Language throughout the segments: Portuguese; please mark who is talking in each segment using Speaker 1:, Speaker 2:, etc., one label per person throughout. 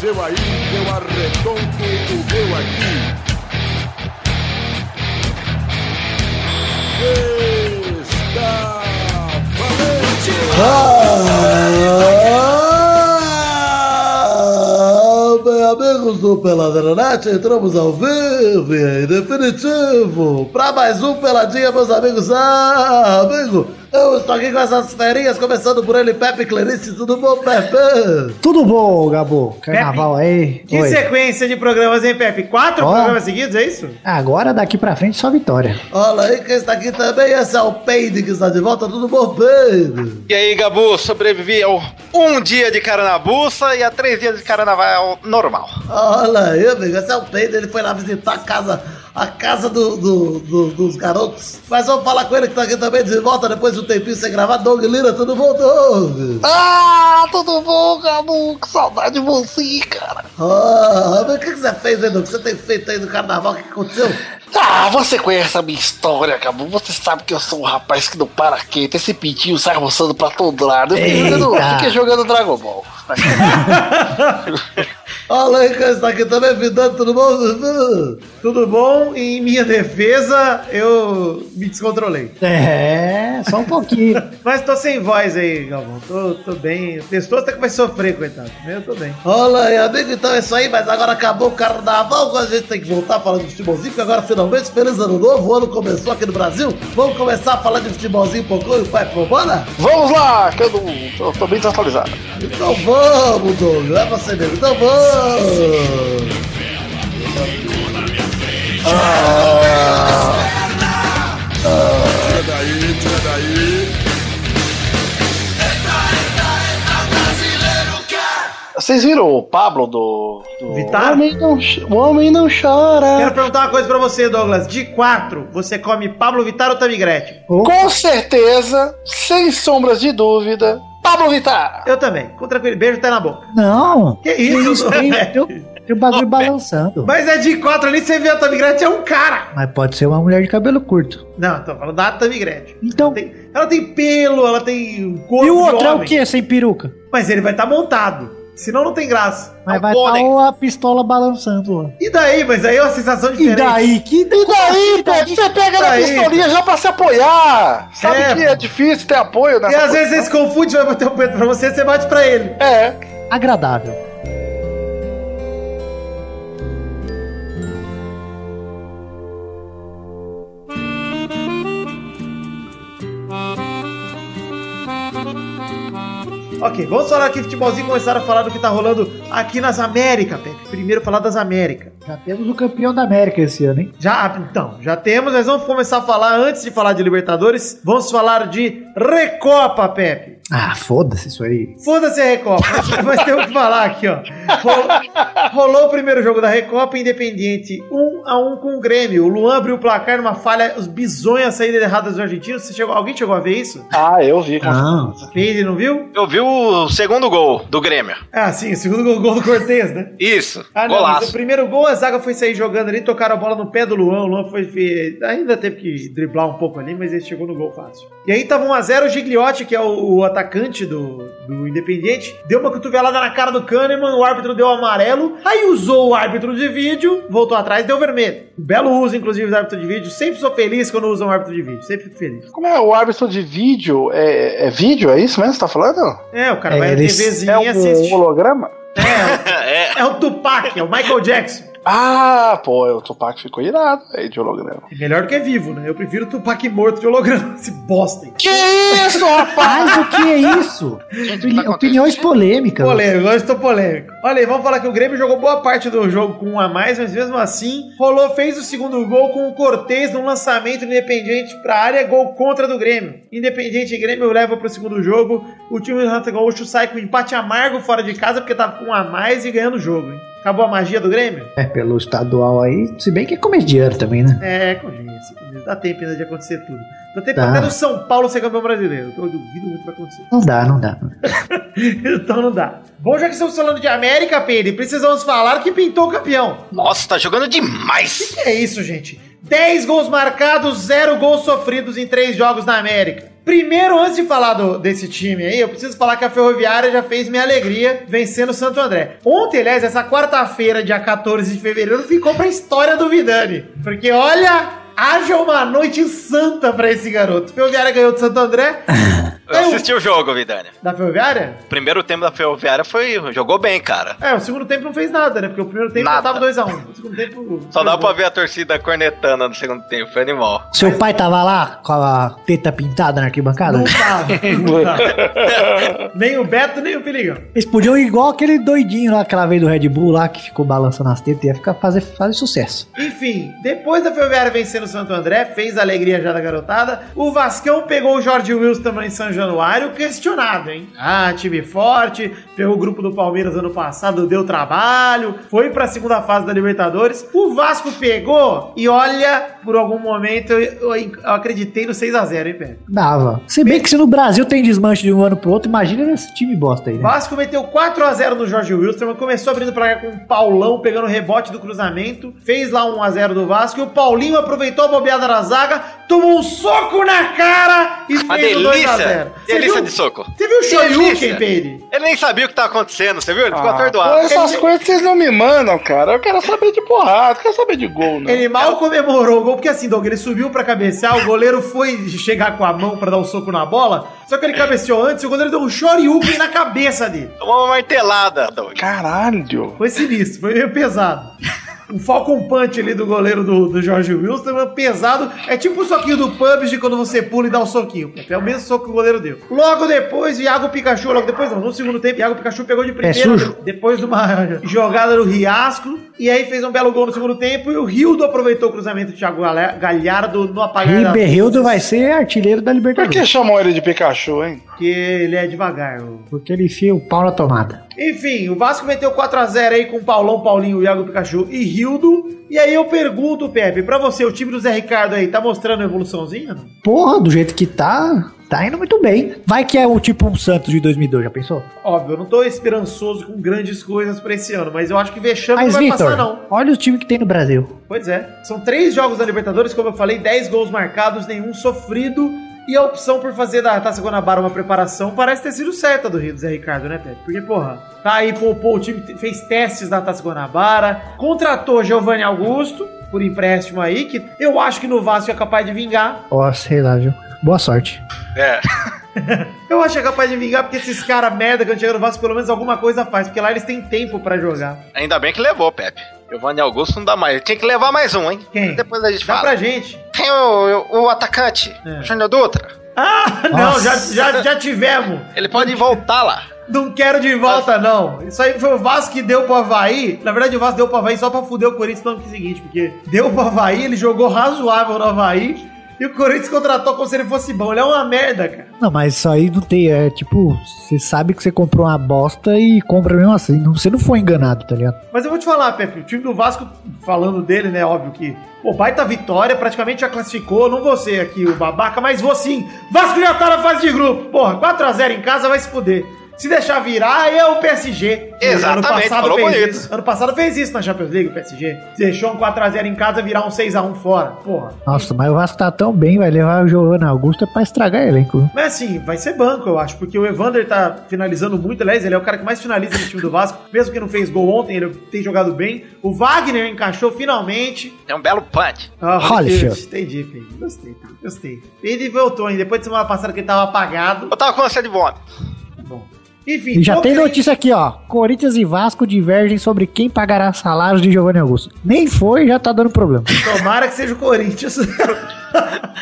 Speaker 1: seu aí, eu arredonto o meu aqui. Está valente!
Speaker 2: Ah, bem, amigos do Peladronete, entramos ao vivo e em definitivo para mais um Peladinha, meus amigos. Ah, amigo, eu estou aqui com essas ferinhas, começando por ele, Pepe Clarice, tudo bom, Pepe?
Speaker 3: Tudo bom, Gabo? Carnaval aí.
Speaker 4: Que
Speaker 3: Oi.
Speaker 4: sequência de programas, hein, Pepe? Quatro
Speaker 3: Ó.
Speaker 4: programas seguidos, é isso?
Speaker 3: Agora daqui pra frente só vitória.
Speaker 2: Olha aí quem está aqui também, esse é o Peide que está de volta, tudo bom, Peide?
Speaker 5: E aí, Gabu, sobrevivi ao um dia de caranabuça e a três dias de carnaval normal.
Speaker 2: Olha aí, amigo, esse é o Peide, ele foi lá visitar a casa, a casa do- do- do- dos garotos. Mas vamos falar com ele que tá aqui também de volta depois de um tempinho sem gravar. Doug Lira, tudo bom, Doug?
Speaker 6: Ah, tudo bom, Gabu? Que saudade de você, cara.
Speaker 2: Ah, amigo, o que, que você fez, hein, Doug? O que você tem feito aí no carnaval? O que que aconteceu?
Speaker 6: Ah, você conhece a minha história, Gabu. Você sabe que eu sou um rapaz que não para quieto. Esse pintinho sai roçando pra todo lado. Eu fiquei jogando,
Speaker 3: Eita.
Speaker 6: fiquei jogando Dragon Ball.
Speaker 2: Olha aí quem está aqui também, Vidano, tudo bom, Vivi?
Speaker 4: Tudo bom? Em minha defesa, eu me descontrolei.
Speaker 3: É, só um pouquinho.
Speaker 4: Mas tô sem voz aí, Galvão. Tô, tô bem. O Testosta que vai sofrer, coitado. Eu tô bem.
Speaker 2: Olha aí, amigo, então é isso aí, mas agora acabou o carnaval, agora a gente tem que voltar falando de futebolzinho, porque agora finalmente, feliz ano novo, o ano começou aqui no Brasil. Vamos começar a falar de futebolzinho um pouquinho, vai pro bora?
Speaker 6: Vamos lá, que eu não. Eu tô bem desatualizado.
Speaker 2: Então vamos, Doug, é você mesmo, então vamos!
Speaker 1: Tira daí, tira daí.
Speaker 6: Vocês viram o Pablo do. do...
Speaker 4: Vittar?
Speaker 6: O homem, não, ch- o homem não chora.
Speaker 4: Quero perguntar uma coisa pra você, Douglas. De quatro, você come Pablo Vittar ou Tamigrete?
Speaker 6: Com certeza, sem sombras de dúvida, Pablo Vittar.
Speaker 4: Eu também. Com tranquilo. Beijo, tá na boca.
Speaker 3: Não.
Speaker 4: Que isso,
Speaker 3: Tem,
Speaker 4: velho?
Speaker 3: tem, o- tem o bagulho balançando.
Speaker 4: Mas é de quatro ali, você vê a Tamigrete, é um cara.
Speaker 3: Mas pode ser uma mulher de cabelo curto.
Speaker 4: Não, tô falando da Tamigrete.
Speaker 3: Então.
Speaker 4: Tem- Ela tem pelo, ela tem um corpo
Speaker 3: E o
Speaker 4: de
Speaker 3: outro é o
Speaker 4: homem.
Speaker 3: quê? Sem peruca.
Speaker 4: Mas ele vai estar montado. Senão não tem graça.
Speaker 3: Mas
Speaker 5: um
Speaker 3: vai
Speaker 5: pônei.
Speaker 3: estar a pistola balançando lá.
Speaker 4: E daí? Mas aí é uma sensação
Speaker 3: E
Speaker 4: diferente.
Speaker 3: daí? Que assim,
Speaker 6: E daí, pô, você pega na
Speaker 4: Daí,
Speaker 6: pistolinha já pra se apoiar. Sabe
Speaker 4: É,
Speaker 6: que
Speaker 4: pô.
Speaker 6: é difícil ter apoio
Speaker 4: E
Speaker 6: nessa
Speaker 4: às
Speaker 6: coisa.
Speaker 4: vezes você se confunde, vai bater o peito pra você, você bate pra ele.
Speaker 6: É.
Speaker 3: Agradável.
Speaker 4: Ok, vamos falar aqui de futebolzinho. Começaram a falar do que tá rolando aqui nas Américas, Pepe. Primeiro falar das Américas.
Speaker 3: Já temos o campeão da América esse ano, hein?
Speaker 4: Já, então, já temos, mas vamos começar a falar, antes de falar de Libertadores, vamos falar de Recopa, Pepe.
Speaker 3: Ah, foda-se isso aí.
Speaker 4: Foda-se a Recopa, mas temos que falar aqui, ó. Rolou, rolou o primeiro jogo da Recopa, Independiente 1 a 1 com o Grêmio. O Luan abriu o placar numa falha os bizonha saída errada dos argentinos. Você chegou, alguém chegou a ver isso?
Speaker 6: Ah, eu vi. com
Speaker 3: Não.
Speaker 4: Ele não viu?
Speaker 5: Eu vi o segundo gol do Grêmio.
Speaker 4: Ah, sim, o segundo gol, gol do Cortez, né?
Speaker 5: Isso,
Speaker 4: Ah, não, mas o
Speaker 5: golaço.
Speaker 4: primeiro gol, a zaga foi sair jogando ali, tocaram a bola no pé do Luan. O Luan foi. fe- Ainda teve que driblar um pouco ali, mas ele chegou no gol fácil. E aí tava 1x0, o Gigliotti, que é o, o atacante do, do Independiente, deu uma cotovelada na cara do Kahneman, o árbitro deu amarelo, aí usou o árbitro de vídeo, voltou atrás deu vermelho. Belo uso, inclusive, do árbitro de vídeo. Sempre sou feliz quando usam o árbitro de vídeo, sempre fico feliz.
Speaker 6: Como é o árbitro de vídeo? É, é vídeo? É isso mesmo que você tá falando?
Speaker 4: É, o cara
Speaker 3: É,
Speaker 4: vai na
Speaker 3: eles-
Speaker 4: TVzinha
Speaker 6: É
Speaker 4: e assiste.
Speaker 6: um holograma?
Speaker 5: É,
Speaker 4: É o Tupac, é o Michael Jackson.
Speaker 6: Ah, pô, o Tupac ficou irado aí de holograma.
Speaker 4: É melhor do que vivo, né? Eu prefiro o Tupac morto de holograma, esse bosta aí.
Speaker 6: Que isso, rapaz?
Speaker 3: Mas o que é isso? Opini- Opiniões polêmicas.
Speaker 4: Polêmico, hoje estou polêmico. Olha aí, vamos falar que o Grêmio jogou boa parte do jogo com um a mais, mas mesmo assim, rolou, fez o segundo gol com o Cortez num lançamento do independente pra área, gol contra do Grêmio. Independente e Grêmio leva pro segundo jogo, o time do Renato Gaúcho sai com um empate amargo fora de casa porque tava com um a mais e ganhando o jogo. hein? Acabou a magia do Grêmio?
Speaker 3: É, pelo estadual aí, se bem que é comediante também, né?
Speaker 4: É, com gente, dá tempo ainda de acontecer tudo. Dá tempo
Speaker 3: Tá.
Speaker 4: até do São Paulo ser campeão brasileiro, que eu duvido muito que vai acontecer.
Speaker 3: Não dá, não dá.
Speaker 4: Então não dá. Bom, já que estamos falando de América, Pedro, precisamos falar que pintou o campeão.
Speaker 5: Nossa, tá jogando demais.
Speaker 4: Que é isso, gente? 10 gols marcados, 0 gols sofridos em 3 jogos na América. Primeiro, antes de falar do- desse time aí, eu preciso falar que a Ferroviária já fez minha alegria vencendo o Santo André. Ontem, aliás, essa quarta-feira, dia 14 de fevereiro, ficou pra história do Vidani. Porque olha, haja uma noite santa pra esse garoto. Ferroviária ganhou do Santo André.
Speaker 7: Eu assisti o jogo, Vidani.
Speaker 4: Da Ferroviária?
Speaker 7: O primeiro tempo da Ferroviária foi. jogou bem, cara.
Speaker 4: É, o segundo tempo não fez nada, né? Porque o primeiro tempo já
Speaker 7: Nada.
Speaker 4: tava 2x1. O segundo tempo.
Speaker 7: Só dá pra ver a torcida cornetando no segundo tempo, foi animal.
Speaker 3: Seu pai tava lá com a teta pintada na arquibancada?
Speaker 4: Não tava. não tava. nem o Beto, nem o Peligão.
Speaker 3: Eles podiam ir igual aquele doidinho lá, aquela vez do Red Bull lá, que ficou balançando as tetas, ia ficar, fazer, fazer sucesso.
Speaker 4: Enfim, depois da Ferroviária vencer o Santo André, fez a alegria já da garotada. O Vascão pegou o Jorge Wilson também em São Januário, questionado, hein? Ah, time forte, pegou o grupo do Palmeiras ano passado, deu trabalho, foi pra segunda fase da Libertadores. O Vasco pegou e olha, por algum momento eu, eu acreditei no 6x0, hein, Pedro?
Speaker 3: Dava. Se bem que se no Brasil tem desmanche de um ano pro outro, imagina nesse time bosta aí, né?
Speaker 4: Vasco meteu 4x0 no Jorge Wilson, começou abrindo pra cá com o Paulão, pegando o rebote do cruzamento, fez lá 1x0 do Vasco, e o Paulinho aproveitou a bobeada da zaga, tomou um soco na cara e
Speaker 7: Uma
Speaker 4: fez o 2x0.
Speaker 7: delícia!
Speaker 4: Você
Speaker 7: Delícia
Speaker 4: viu-
Speaker 7: de soco.
Speaker 4: Você viu o Shoryuken,
Speaker 7: Delícia.
Speaker 4: Peire?
Speaker 7: Ele nem sabia o que tava acontecendo, você viu? Ele
Speaker 4: Ah,
Speaker 7: ficou
Speaker 8: Pô,
Speaker 7: atordoado.
Speaker 8: essas coisas vocês não me mandam, cara. Eu quero saber de porrada, eu quero saber de gol,
Speaker 6: né?
Speaker 8: não.
Speaker 4: Ele mal comemorou o gol, porque assim, Doug, ele subiu pra cabecear, o goleiro foi chegar com a mão pra dar um soco na bola, só que ele cabeceou antes e o goleiro deu um Shoryuken na cabeça dele.
Speaker 7: Tomou uma martelada, Doug.
Speaker 8: Caralho.
Speaker 4: Foi sinistro, foi meio pesado. O Falcon Punch ali do goleiro do, do Jorge Wilson é pesado. É tipo o soquinho do PUBG quando você pula e dá um soquinho. É o mesmo soco que o goleiro deu. Logo depois, Iago Pikachu, logo depois não, no segundo tempo, Iago Pikachu pegou de primeiro.
Speaker 3: sujo.
Speaker 4: depois de uma jogada no Riasco. E aí fez um belo gol no segundo tempo. E o Rildo aproveitou o cruzamento do Thiago Gale- Galhardo no apagar das
Speaker 3: Riberrildo vai ser artilheiro da
Speaker 8: Por que
Speaker 3: Libertadores.
Speaker 8: chamam ele de Pikachu, hein?
Speaker 4: porque ele é devagar. o-
Speaker 3: Porque ele enfia o pau na tomada.
Speaker 4: Enfim, o Vasco meteu 4x0 aí com Paulão, Paulinho, Iago Pikachu e Rildo. E aí eu pergunto, Pepe, pra você, o time do Zé Ricardo aí tá mostrando a evoluçãozinha? não?
Speaker 3: Porra, do jeito que tá, tá indo muito bem. Vai que é o tipo um Santos de 2002, já pensou?
Speaker 4: Óbvio, eu não tô esperançoso com grandes coisas pra esse ano, mas eu acho que vexame
Speaker 3: Mas,
Speaker 4: não vai
Speaker 3: Vitor,
Speaker 4: passar, não.
Speaker 3: olha o time que tem no Brasil.
Speaker 4: Pois é. São três jogos da Libertadores, como eu falei, 10 gols marcados, nenhum sofrido. E a opção por fazer da Taça Guanabara uma preparação parece ter sido certa do Rio do Zé Ricardo, né, Pepe? Porque, porra, tá aí, poupou o time, te- fez testes da Taça Guanabara, contratou Giovanni Augusto por empréstimo aí, que eu acho que no Vasco é capaz de vingar.
Speaker 3: Ó, sei lá, viu? Boa sorte.
Speaker 7: É.
Speaker 4: Eu acho que é capaz de vingar porque esses caras merda que chegam no Vasco, pelo menos alguma coisa faz, porque lá eles têm tempo pra jogar.
Speaker 7: Ainda bem que levou, Pepe. Giovanni Augusto não dá mais. Tinha que levar mais um, hein?
Speaker 4: Quem?
Speaker 7: Depois a gente
Speaker 4: Dá
Speaker 7: fala.
Speaker 4: pra gente.
Speaker 7: Tem o, o, o atacante,
Speaker 4: É.
Speaker 7: Júnior Dutra.
Speaker 4: Ah, não, já, já, já tivemos.
Speaker 7: Ele
Speaker 4: Hum.
Speaker 7: pode voltar lá.
Speaker 4: Não quero de volta, não. Isso aí foi o Vasco que deu pro Havaí. Na verdade, o Vasco deu pro Havaí só pra fuder o Corinthians no ano seguinte, porque deu pro Havaí, ele jogou razoável no Havaí. E o Corinthians contratou como se ele fosse bom. Ele é uma merda, cara.
Speaker 3: Não, mas isso aí não tem. É tipo, você sabe que você comprou uma bosta e compra mesmo assim. Não- Você não foi enganado, tá ligado?
Speaker 4: Mas eu vou te falar, Pepe, o time do Vasco, falando dele, né, óbvio que, pô, baita vitória, praticamente já classificou, não você aqui, o babaca, mas vou sim. Vasco já tá na fase de grupo. Porra, 4x0 em casa vai se fuder. Se deixar virar, aí é o PSG.
Speaker 7: Exatamente,
Speaker 4: ano passado
Speaker 7: falou
Speaker 4: fez
Speaker 7: bonito.
Speaker 4: isso. Ano passado fez isso na Champions League, o PSG. Deixou um 4x0 em casa virar um 6x1 fora. Porra.
Speaker 3: Nossa, mas o Vasco tá tão bem, vai levar o Giovanna Augusta pra estragar o elenco. viu?
Speaker 4: Mas assim, vai ser banco, eu acho, porque o Evander tá finalizando muito, aliás, ele é o cara que mais finaliza no time do Vasco, mesmo que não fez gol ontem, ele tem jogado bem. O Wagner encaixou finalmente.
Speaker 7: É um belo punch.
Speaker 4: Ah,
Speaker 3: Olha,
Speaker 4: entendi,
Speaker 3: chefe.
Speaker 4: Entendi, Pedro. Gostei, tá? Gostei. Ele voltou, hein? Depois de semana passada que ele tava apagado.
Speaker 7: Eu tava com ânsia de vômito.
Speaker 4: Bom. Enfim.
Speaker 3: E já tem
Speaker 4: Oakland-
Speaker 3: notícia aqui, ó. Corinthians e Vasco divergem sobre quem pagará salários de Giovanni Augusto. Nem foi, já tá dando problema.
Speaker 4: Tomara que seja o Corinthians.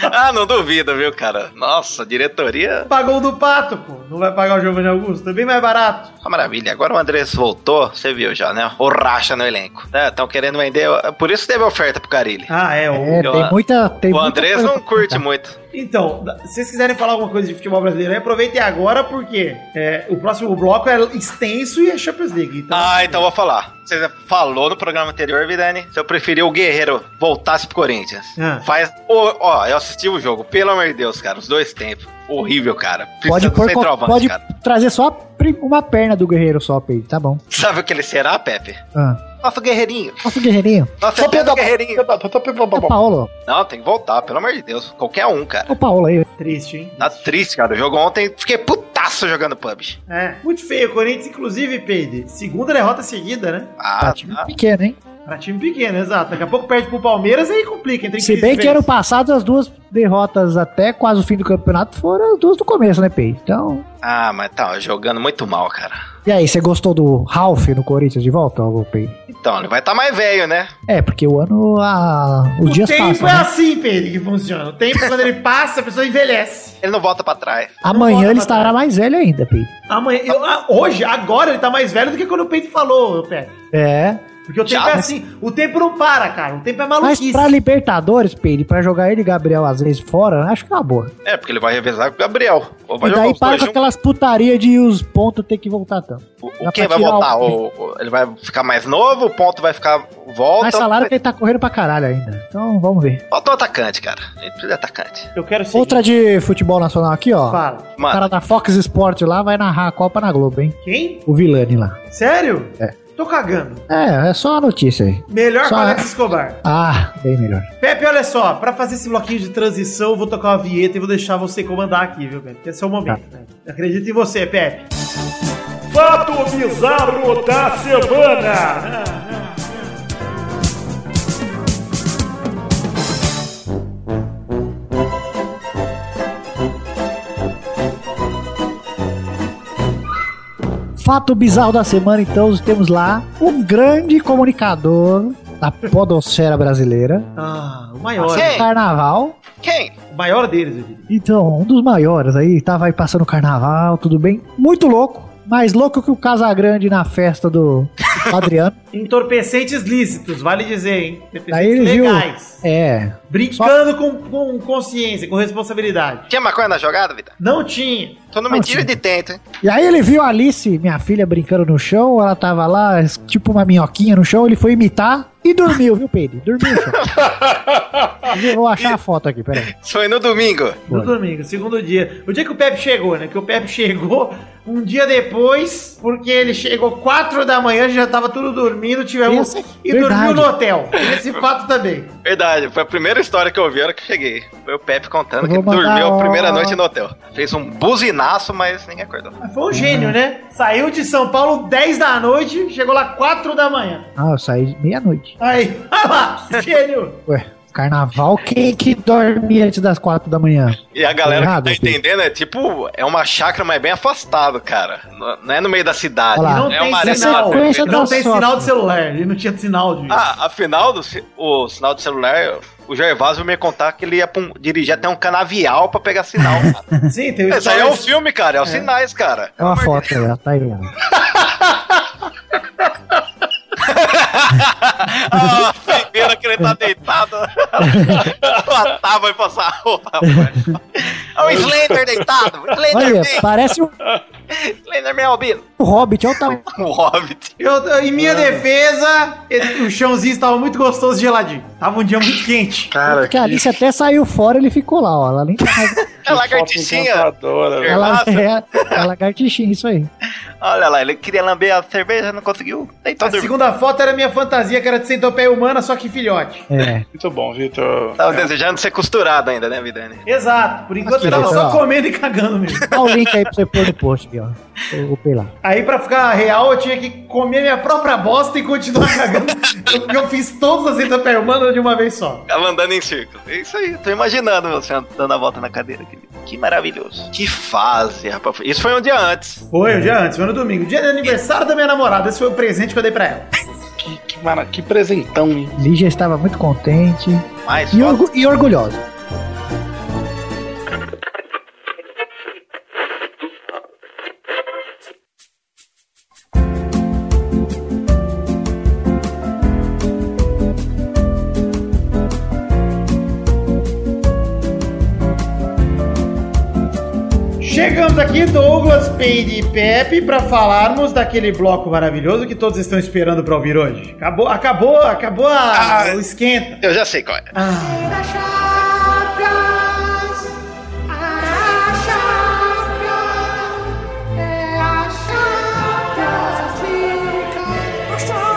Speaker 7: Ah, não duvido, viu, cara? Nossa, diretoria.
Speaker 4: Pagou o do Pato, pô. Não vai pagar o Giovanni Augusto. É bem mais barato.
Speaker 7: Uma maravilha. Agora o Andrés voltou, você viu já, né? O racha no elenco. Estão querendo vender. Por isso teve oferta pro Carilli.
Speaker 4: Ah, é.
Speaker 3: É,
Speaker 4: o.
Speaker 7: Eu-
Speaker 3: tem muita. Tem
Speaker 7: o
Speaker 3: muita
Speaker 7: Andrés
Speaker 3: coisa
Speaker 7: não
Speaker 3: pra
Speaker 7: curte
Speaker 3: contar.
Speaker 7: muito.
Speaker 4: Então, da- se vocês quiserem falar alguma coisa de futebol brasileiro, aí aproveitem agora, porque é, o próximo bloco é extenso e é Champions League. Então,
Speaker 7: Ah, então vou falar. Você falou no programa anterior, Vidani, se eu preferir o Guerreiro voltasse pro Corinthians.
Speaker 4: Ah.
Speaker 7: Faz. Ô, ó, eu assisti o jogo, pelo amor de Deus, cara. Os dois tempos. Horrível, cara.
Speaker 3: Pode,
Speaker 7: Precisa do
Speaker 3: pôr,
Speaker 7: centroavante,
Speaker 3: pode
Speaker 7: cara.
Speaker 3: trazer só a pri- uma perna do guerreiro só, Pedro. Tá bom.
Speaker 7: Sabe o que ele será, Pepe?
Speaker 3: Ah,
Speaker 7: Nosso guerreirinho.
Speaker 3: Nosso guerreirinho.
Speaker 7: Nosso
Speaker 8: Só
Speaker 7: eterno
Speaker 8: peda-
Speaker 7: guerreirinho.
Speaker 8: peda- peda- peda-
Speaker 3: É o
Speaker 8: peda-
Speaker 3: Paolo.
Speaker 7: Não, tem que voltar, pelo amor de Deus. Qualquer um, cara.
Speaker 3: É o Paolo aí.
Speaker 4: Triste, hein?
Speaker 7: Tá triste, cara. O jogo ontem, fiquei putaço jogando PUBG.
Speaker 4: É. Muito feio o Corinthians, inclusive, Peide. Segunda derrota seguida, né?
Speaker 7: Ah,
Speaker 3: Tá time
Speaker 7: tá.
Speaker 3: pequeno, hein?
Speaker 4: Pra time pequeno, exato. Daqui a pouco perde pro Palmeiras e aí complica. Entre
Speaker 3: Se bem que ano passado as duas derrotas até quase o fim do campeonato foram as duas do começo, né, Pei? Então.
Speaker 7: Ah, mas tá jogando muito mal, cara.
Speaker 3: E aí, você gostou do Ralph no Corinthians de volta, ô Pei?
Speaker 7: Então, ele vai estar mais velho, né?
Speaker 3: É, porque o ano. A...
Speaker 4: o
Speaker 3: Os dias
Speaker 4: tempo
Speaker 3: passam.
Speaker 4: é
Speaker 3: né?
Speaker 4: assim, Peide, que funciona. O tempo, quando ele passa, a pessoa envelhece.
Speaker 7: Ele não volta pra trás.
Speaker 3: Amanhã
Speaker 4: volta
Speaker 3: ele
Speaker 4: pra
Speaker 3: estará
Speaker 4: trás.
Speaker 3: mais velho ainda, Pei.
Speaker 4: Amanhã, eu- ah, hoje, agora, ele tá mais velho do que quando o Peide falou, Peide.
Speaker 3: É.
Speaker 4: Porque o
Speaker 7: Já,
Speaker 4: tempo é
Speaker 7: mas-
Speaker 4: assim. O tempo não para, cara. O tempo é
Speaker 3: Mas
Speaker 4: maluquice.
Speaker 3: pra Libertadores, Peide, pra jogar ele e Gabriel às vezes fora, acho que é uma boa.
Speaker 7: É, porque ele vai revezar com o Gabriel. Ou vai
Speaker 3: E
Speaker 7: jogar
Speaker 3: daí
Speaker 7: os dois
Speaker 3: para com
Speaker 7: juntos.
Speaker 3: aquelas putaria de os pontos ter que voltar então. tanto.
Speaker 7: O-
Speaker 3: dá
Speaker 7: O quem
Speaker 3: pra
Speaker 7: vai
Speaker 3: tirar
Speaker 7: voltar?
Speaker 3: o-
Speaker 7: O- o- ele vai ficar mais novo, o ponto vai ficar. Volta.
Speaker 3: Mas salário que ele tá correndo pra caralho ainda. Então vamos ver.
Speaker 7: Falta um atacante, cara. Ele precisa de atacante.
Speaker 4: Eu quero ser.
Speaker 3: Outra de futebol nacional aqui, ó.
Speaker 4: Fala.
Speaker 3: O cara
Speaker 7: Mano,
Speaker 3: da Fox Sports lá vai narrar a Copa na Globo, hein?
Speaker 4: Quem?
Speaker 3: O Vilani lá.
Speaker 4: Sério?
Speaker 3: É.
Speaker 4: Tô cagando.
Speaker 3: É, é só a notícia aí.
Speaker 4: Melhor que o
Speaker 3: Só- é.
Speaker 4: Alex Escobar.
Speaker 3: Ah, bem melhor.
Speaker 4: Pepe, olha só, pra fazer esse bloquinho de transição, eu vou tocar uma vinheta e vou deixar você comandar aqui, viu, Pepe? Esse é o momento,
Speaker 3: Tá.
Speaker 4: né? Acredito em você, Pepe. Fato bizarro da semana!
Speaker 3: Fato bizarro da semana, então, temos lá um grande comunicador da podosfera brasileira.
Speaker 4: Ah, o maior.
Speaker 7: Quem?
Speaker 3: Carnaval.
Speaker 7: quem?
Speaker 4: O maior deles, eu diria.
Speaker 3: Então, um dos maiores aí, tava aí passando o carnaval, tudo bem. Muito louco. Mais louco que o Casagrande na festa do Adriano.
Speaker 4: Entorpecentes lícitos, vale dizer, hein?
Speaker 3: Daí ele
Speaker 4: Entorpecentes
Speaker 3: viu.
Speaker 4: legais.
Speaker 3: É.
Speaker 4: Brincando com, com consciência, com responsabilidade.
Speaker 7: Tinha maconha na jogada, Vida?
Speaker 4: Não tinha.
Speaker 7: Tu não
Speaker 3: Não,
Speaker 7: me tira
Speaker 3: sim.
Speaker 7: de tento, hein?
Speaker 3: E aí ele viu a Alice, minha filha, brincando no chão. Ela tava lá, tipo uma minhoquinha no chão. Ele foi imitar e dormiu, viu, Pedro? Dormiu no chão. Eu Vou achar a foto aqui, peraí.
Speaker 7: Isso Foi no domingo.
Speaker 4: No
Speaker 3: Foi.
Speaker 4: domingo, segundo dia. O dia que o Pepe chegou, né? Que o Pepe chegou um dia depois, porque ele chegou 4 da manhã, já tava tudo dormindo, tivemos.
Speaker 3: Esse é
Speaker 4: E
Speaker 3: verdade.
Speaker 4: dormiu no hotel. Esse fato também.
Speaker 7: Verdade, foi a primeira história que eu ouvi na hora que eu cheguei. Foi o Pepe contando
Speaker 3: Eu
Speaker 7: que
Speaker 3: vou
Speaker 7: ele dormiu
Speaker 3: mandar
Speaker 7: a primeira
Speaker 3: um-
Speaker 7: noite no hotel. Fez um buzinaço, mas ninguém acordou.
Speaker 4: Mas Foi um gênio, né? Saiu de São Paulo 10 da noite, chegou lá 4 da manhã.
Speaker 3: Ah, eu saí meia-noite.
Speaker 4: Aí, olha lá, gênio.
Speaker 3: Ué, carnaval, quem que dorme antes das quatro da manhã?
Speaker 7: E a galera
Speaker 3: Errado,
Speaker 7: que tá
Speaker 3: filho.
Speaker 7: entendendo é tipo, é uma chácara, mas bem afastado, cara. Não- Não é no meio da cidade.
Speaker 3: Olha lá.
Speaker 4: Não
Speaker 7: é
Speaker 4: tem
Speaker 7: uma arena
Speaker 4: sinal.
Speaker 7: aberta.
Speaker 3: Sequência
Speaker 4: Não
Speaker 3: da
Speaker 4: tem
Speaker 3: sorte.
Speaker 4: sinal de celular, ele não tinha sinal de.
Speaker 7: Ah, afinal, do, ci- o sinal do celular, o Gervásio me contar que ele ia pra um- dirigir até um canavial pra pegar sinal. cara.
Speaker 4: Sim, tem o
Speaker 7: Isso aí é um
Speaker 4: stories.
Speaker 7: filme, cara, é os sinais, cara.
Speaker 3: É uma foto aí, ó, tá aí. ó.
Speaker 7: Ah, a primeira que ele tá deitado. Ela tava e passar a roupa. pô. É o Slender deitado.
Speaker 3: Olha,
Speaker 7: Slender, bem,
Speaker 3: parece um
Speaker 7: Slender meu albino.
Speaker 3: hobbit, olha o tamanho.
Speaker 7: Um hobbit.
Speaker 4: Eu- eu- em
Speaker 7: Ah.
Speaker 4: minha defesa, ele- o chãozinho estava muito gostoso e geladinho. Tava um dia muito quente.
Speaker 8: Cara,
Speaker 3: Porque a Alice até saiu fora ele ficou lá, ó. Ela nem tá mais.
Speaker 7: É lagartixinha.
Speaker 8: encantadora.
Speaker 3: Ela
Speaker 7: Nossa.
Speaker 3: é a lagartixinha, isso aí.
Speaker 7: Olha lá, ele queria lamber a cerveja, não conseguiu. Deitou
Speaker 4: A Tá,
Speaker 7: dormindo.
Speaker 4: segunda foto era minha fantasia, que era de centopeia humana, só que filhote.
Speaker 3: É.
Speaker 8: Muito bom, Vitor.
Speaker 7: Tava desejando ser costurado ainda, né, Vidani?
Speaker 4: Exato, por enquanto
Speaker 3: Aqui,
Speaker 4: tava
Speaker 3: ó.
Speaker 4: só comendo e cagando mesmo.
Speaker 3: Dá o link aí pra você pôr no post, aqui, ó. O, o Pei lá.
Speaker 4: Aí pra ficar real, eu tinha que comer minha própria bosta e continuar cagando. Porque eu fiz todas as centopeia humana de uma vez só.
Speaker 7: Ficava andando em círculo. É isso aí, tô imaginando você dando a volta na cadeira. Que, que maravilhoso. Que fase, rapaz. Isso foi um dia antes.
Speaker 4: Foi, o dia antes, foi no domingo. Dia de aniversário da minha namorada, esse foi o presente que eu dei pra ela.
Speaker 8: Que, que, mara- que presentão, hein?
Speaker 3: Lígia estava muito contente
Speaker 7: Mas
Speaker 3: e,
Speaker 7: fotos.
Speaker 3: orgu- e orgulhosa.
Speaker 4: Chegamos aqui, Douglas, Peide e Pepe, pra falarmos daquele bloco maravilhoso que todos estão esperando pra ouvir hoje. Acabou, acabou, acabou a,
Speaker 7: Ah.
Speaker 4: o esquenta.
Speaker 7: Eu já sei qual é.
Speaker 4: Ah.
Speaker 9: Chega Chapras, a Chapras, é a Chapras Africa. A Chapras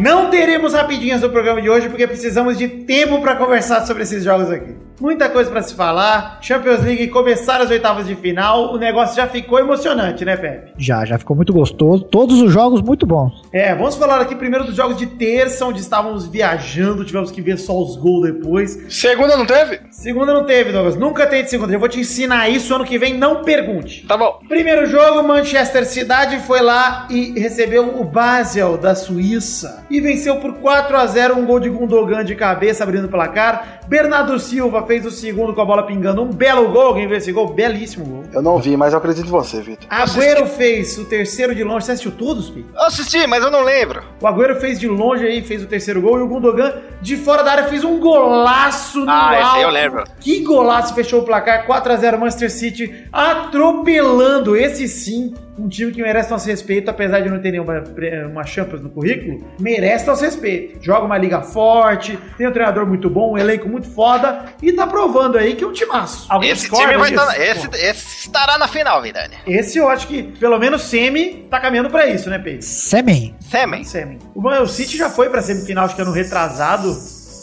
Speaker 4: Não teremos rapidinhas no programa de hoje porque precisamos de tempo para conversar sobre esses jogos aqui. Muita coisa para se falar. Champions League começaram as oitavas de final. O negócio já ficou emocionante, né, Pepe?
Speaker 3: Já, já ficou muito gostoso. Todos os jogos muito bons.
Speaker 4: É, vamos falar aqui primeiro dos jogos de terça, onde estávamos viajando, tivemos que ver só os gols depois.
Speaker 8: Segunda não teve?
Speaker 4: Segunda não teve, Douglas. Nunca tem de segunda. Eu vou te ensinar isso ano que vem, não pergunte.
Speaker 8: Tá bom.
Speaker 4: Primeiro jogo, Manchester Cidade foi lá e recebeu o Basel da Suíça e venceu por 4 a 0 um gol de Gundogan de cabeça abrindo o placar. Bernardo Silva fez o segundo com a bola pingando, um belo gol, alguém viu esse gol? Belíssimo gol.
Speaker 8: Eu não vi, mas eu acredito em você, Vitor.
Speaker 4: Agüero fez o terceiro de longe. Você assistiu todos, Pi?
Speaker 7: Eu assisti, mas eu não lembro.
Speaker 4: O Agüero fez de longe aí, fez o terceiro gol. E o Gundogan, de fora da área, fez um golaço no
Speaker 7: Ah, esse aí eu
Speaker 4: alto.
Speaker 7: lembro.
Speaker 4: Que golaço, fechou o placar. 4x0 Manchester City, atropelando esse sim. Um time que merece nosso respeito, apesar de não ter nenhuma pre- uma Champions no currículo, merece nosso respeito. Joga uma liga forte, tem um treinador muito bom, um elenco muito foda e tá provando aí que é um timaço. Alguém
Speaker 7: Esse
Speaker 4: discorda
Speaker 7: time vai
Speaker 4: disso?
Speaker 7: estar. esse, esse estará na final, Vidani.
Speaker 4: Esse eu acho que, pelo menos, semi tá caminhando pra isso, né, Pedro?
Speaker 3: Semen.
Speaker 7: Semen.
Speaker 4: Semi. O Man City já foi pra semifinal, acho que ano retrasado.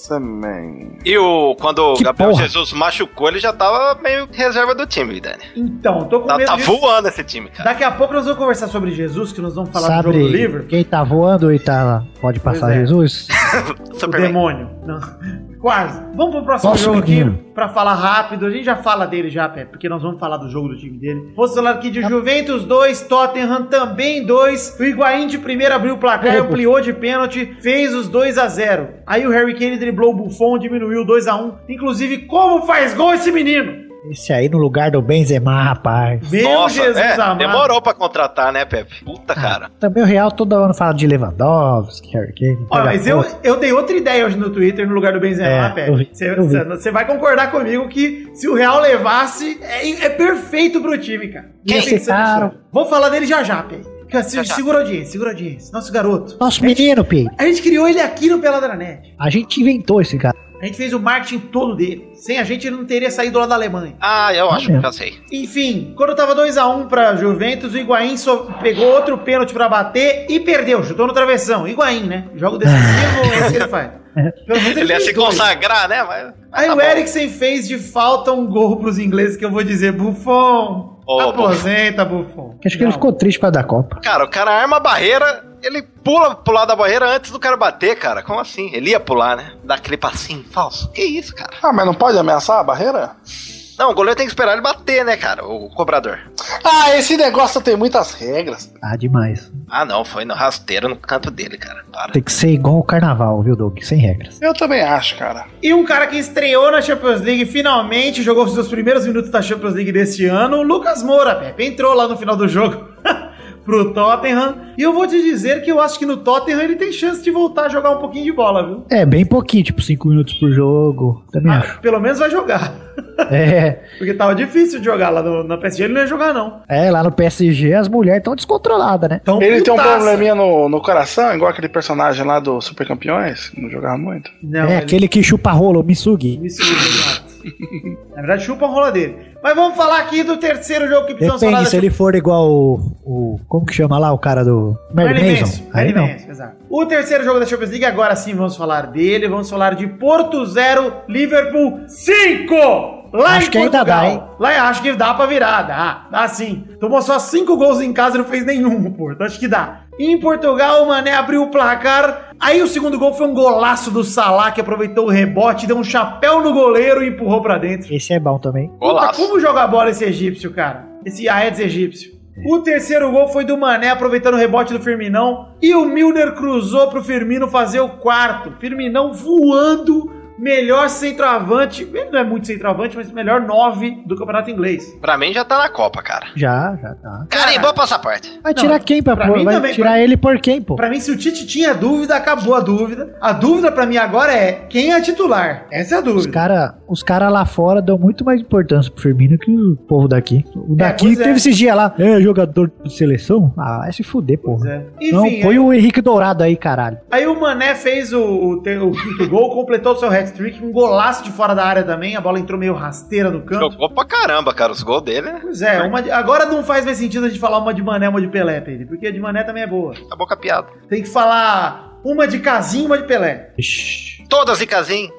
Speaker 8: Também.
Speaker 7: E o, quando
Speaker 3: Que
Speaker 7: o Gabriel
Speaker 3: porra.
Speaker 7: Jesus machucou, ele já tava meio reserva do time, Vidani.
Speaker 4: Então, tô com
Speaker 7: Tá,
Speaker 4: medo
Speaker 7: tá
Speaker 4: disso.
Speaker 7: voando esse time, cara.
Speaker 4: Daqui a pouco nós vamos conversar sobre Jesus, que nós vamos falar do jogo do livro.
Speaker 3: Sabe quem tá voando e tá. Pode passar
Speaker 4: Pois é.
Speaker 3: Jesus?
Speaker 4: O
Speaker 7: Superman.
Speaker 4: demônio. Não. Quase. Vamos pro próximo
Speaker 3: Nossa,
Speaker 4: jogo aqui,
Speaker 3: menino.
Speaker 4: pra falar rápido. A gente já fala dele já, Pepe, porque nós vamos falar do jogo do time dele. Vou falar aqui de Juventus 2, Tottenham também 2. O Higuaín de primeira abriu o placar,
Speaker 3: Errou.
Speaker 4: ampliou de pênalti, fez os 2 a 0 Aí o Harry Kane driblou o Buffon, diminuiu 2 a 1 Inclusive, como faz gol esse menino?
Speaker 3: Esse aí no lugar do Benzema, rapaz.
Speaker 4: Meu
Speaker 7: Nossa, é,
Speaker 4: amado.
Speaker 7: demorou pra contratar, né, Pepe?
Speaker 3: Ah.
Speaker 7: Puta, cara.
Speaker 3: Também o Real todo ano fala de Lewandowski, Harry Kane.
Speaker 4: Ó, mas eu,
Speaker 3: Pô,
Speaker 4: eu dei outra ideia hoje no Twitter no lugar do
Speaker 3: É,
Speaker 4: Benzema,
Speaker 3: eu
Speaker 4: Pepe.
Speaker 3: vi,
Speaker 4: Você-
Speaker 3: eu vi.
Speaker 4: Você você vai concordar comigo que se o Real levasse, é, é perfeito pro time, cara.
Speaker 3: Quem?
Speaker 4: Ia ser
Speaker 3: Cara.
Speaker 4: absurdo. Vou falar dele já já, Pepe. Fica- se-
Speaker 7: Já, já.
Speaker 4: Segura a audiência, segura a audiência. Nosso garoto.
Speaker 3: Nosso menino, Pi.
Speaker 4: A gente criou ele aqui no Peladranet.
Speaker 3: A gente inventou esse cara.
Speaker 4: A gente fez o marketing todo dele. Sem a gente ele não teria saído lá da Alemanha.
Speaker 7: Ah, eu acho que
Speaker 3: mesmo.
Speaker 7: já sei.
Speaker 4: Enfim, quando tava 2x1 pra Juventus, o Higuaín só pegou outro pênalti pra bater e perdeu. Chutou no travessão. Higuaín, né? Jogo decisivo, é isso que ele faz. Pelo menos
Speaker 7: Ele é ia
Speaker 4: fez
Speaker 7: se
Speaker 4: dois.
Speaker 7: consagrar, né? Mas.
Speaker 4: Aí
Speaker 7: tá
Speaker 4: o
Speaker 7: bom.
Speaker 4: Eriksen fez de falta um gol pros ingleses que eu vou dizer, Buffon,
Speaker 7: Ô,
Speaker 4: aposenta, Buffon.
Speaker 3: Acho que ele
Speaker 4: Não.
Speaker 3: ficou triste pra dar Copa.
Speaker 7: Cara, o cara arma a barreira, ele pula pro lado da barreira antes do cara bater, cara. Como assim? Ele ia pular, né? Dá aquele passinho falso. Que isso, cara?
Speaker 8: Ah, mas não pode ameaçar a barreira?
Speaker 7: Não, o goleiro tem que esperar ele bater, né, cara? O cobrador.
Speaker 8: Ah, esse negócio tem muitas regras.
Speaker 3: Ah, demais.
Speaker 7: Ah, não, foi no rasteiro no canto dele, cara. Para.
Speaker 3: Tem que ser igual o carnaval, viu, Doug? Sem regras.
Speaker 8: Eu também acho, cara.
Speaker 4: E um cara que estreou na Champions League, finalmente jogou os seus primeiros minutos da Champions League deste ano, o Lucas Moura, Pepe, entrou lá no final do jogo pro Tottenham. E eu vou te dizer que eu acho que no Tottenham ele tem chance de voltar a jogar um pouquinho de bola, viu?
Speaker 3: É, bem pouquinho, tipo 5 minutos por jogo. Também acho.
Speaker 4: Pelo menos vai jogar.
Speaker 3: É,
Speaker 4: Porque tava difícil de jogar lá no, na PSG, ele não ia jogar, não.
Speaker 3: é, lá no PSG as mulheres estão descontroladas, né?
Speaker 4: Então,
Speaker 8: Ele tem um
Speaker 4: putaça.
Speaker 8: probleminha no, no coração, igual aquele personagem lá do Super Campeões, que não jogava muito.
Speaker 4: Não,
Speaker 3: é,
Speaker 4: ele-
Speaker 3: aquele que chupa rolo, o Misugi.
Speaker 4: Me suga, exato. Na verdade, chupa a rola dele. Mas vamos falar aqui do terceiro jogo que precisamos falar.
Speaker 3: Depende, se ele for igual o, o- Como que chama lá o cara do. Merlin Mason? Aí não.
Speaker 4: Merlin exato. O terceiro jogo da Champions League, agora sim vamos falar dele. Vamos falar de Porto 0, Liverpool 5! Lá
Speaker 3: Acho
Speaker 4: em
Speaker 3: que ainda
Speaker 4: Portugal.
Speaker 3: dá, hein?
Speaker 4: Lá acho que dá pra virar, dá. Dá sim. Tomou só cinco gols em casa e não fez nenhum, o Porto. Acho que dá. Em Portugal, o Mané abriu o placar. Aí o segundo gol foi um golaço do Salah, que aproveitou o rebote, deu um chapéu no goleiro e empurrou pra dentro.
Speaker 3: Esse é bom também.
Speaker 4: Puta,
Speaker 7: Golaço.
Speaker 4: como joga bola esse egípcio, cara? Esse Aedes egípcio. O terceiro gol foi do Mané, aproveitando o rebote do Firminão. E o Milner cruzou pro Firmino fazer o quarto. Firminão voando, melhor centroavante. Ele não é muito centroavante, mas melhor nove do campeonato inglês.
Speaker 7: Pra mim já tá na Copa, cara.
Speaker 3: Já, já tá.
Speaker 7: Carimbou o passaporte.
Speaker 3: Vai
Speaker 4: Não,
Speaker 3: tirar quem pra,
Speaker 4: pra
Speaker 3: pôr?
Speaker 4: mim
Speaker 3: Vai
Speaker 4: também,
Speaker 3: tirar
Speaker 4: pra-
Speaker 3: ele por quem, pô?
Speaker 4: Pra mim, se o Tite tinha dúvida, acabou a dúvida. A dúvida pra mim agora é quem é titular. Essa é a
Speaker 3: Os
Speaker 4: dúvida.
Speaker 3: caras os cara lá fora dão muito mais importância pro Firmino que o povo daqui. O daqui
Speaker 4: pois é.
Speaker 3: teve esses dias lá. É jogador de seleção? Ah, vai se fuder, porra.
Speaker 4: É.
Speaker 3: Não,
Speaker 4: Enfim,
Speaker 3: põe o Henrique Dourado aí, caralho.
Speaker 4: Aí o Mané fez o, o ter- o quinto gol, completou seu hat-trick, um golaço de fora da área também, a bola entrou meio rasteira no canto.
Speaker 7: Jogou pra caramba, cara, os gols dele. né?
Speaker 4: Pois é, uma de- agora não faz mais sentido a gente falar uma de Mané uma de Pelé, Pedro, porque a de Mané também é boa.
Speaker 7: Acabou com a piada.
Speaker 4: Tem que falar uma de Casim e uma de Pelé.
Speaker 7: Todas de casinho.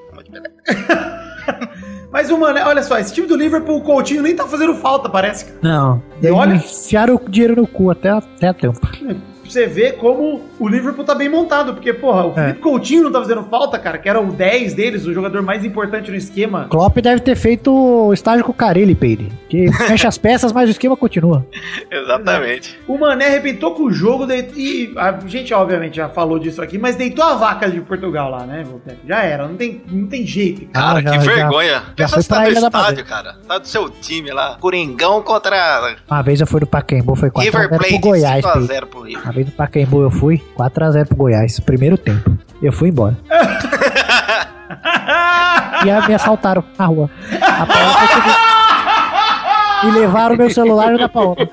Speaker 4: Mas o Mané, olha só, esse time do Liverpool, o Coutinho nem tá fazendo falta, parece. cara.
Speaker 3: Não.
Speaker 4: E olha-
Speaker 3: Enfiaram o dinheiro no cu até, até a tampa.
Speaker 4: Pra você ver como o Liverpool tá bem montado, porque, porra, o Felipe Coutinho não tá fazendo falta, cara, que era o 10 deles, o jogador mais importante no esquema.
Speaker 3: Klopp deve ter feito o estágio com o Carelli, Peide. Que fecha as peças, mas o esquema continua.
Speaker 7: Exatamente.
Speaker 4: O Mané arrebentou com o jogo de- e a gente obviamente já falou disso aqui, mas deitou a vaca de Portugal lá, né, Voltaire? Já era, não tem, não tem jeito. cara.
Speaker 7: Cara,
Speaker 3: Ah, já-
Speaker 7: que
Speaker 3: já-
Speaker 7: vergonha. Pensa
Speaker 3: foi
Speaker 7: se tá
Speaker 3: pra
Speaker 7: no
Speaker 3: Ilha da
Speaker 7: estádio, cara. Tá do seu time lá. Coringão contra
Speaker 3: Uma vez então eu fui no Pacaembu, foi 4x0
Speaker 7: River
Speaker 3: pro
Speaker 7: Plate.
Speaker 3: Goiás, Peide.
Speaker 7: 5x0 pro River.
Speaker 3: Uma vez no Pacaembu eu fui, 4x0 pro Goiás, primeiro tempo. Eu fui embora. e aí me assaltaram na rua. A Paola foi comigo. E levaram meu celular e o da Paola.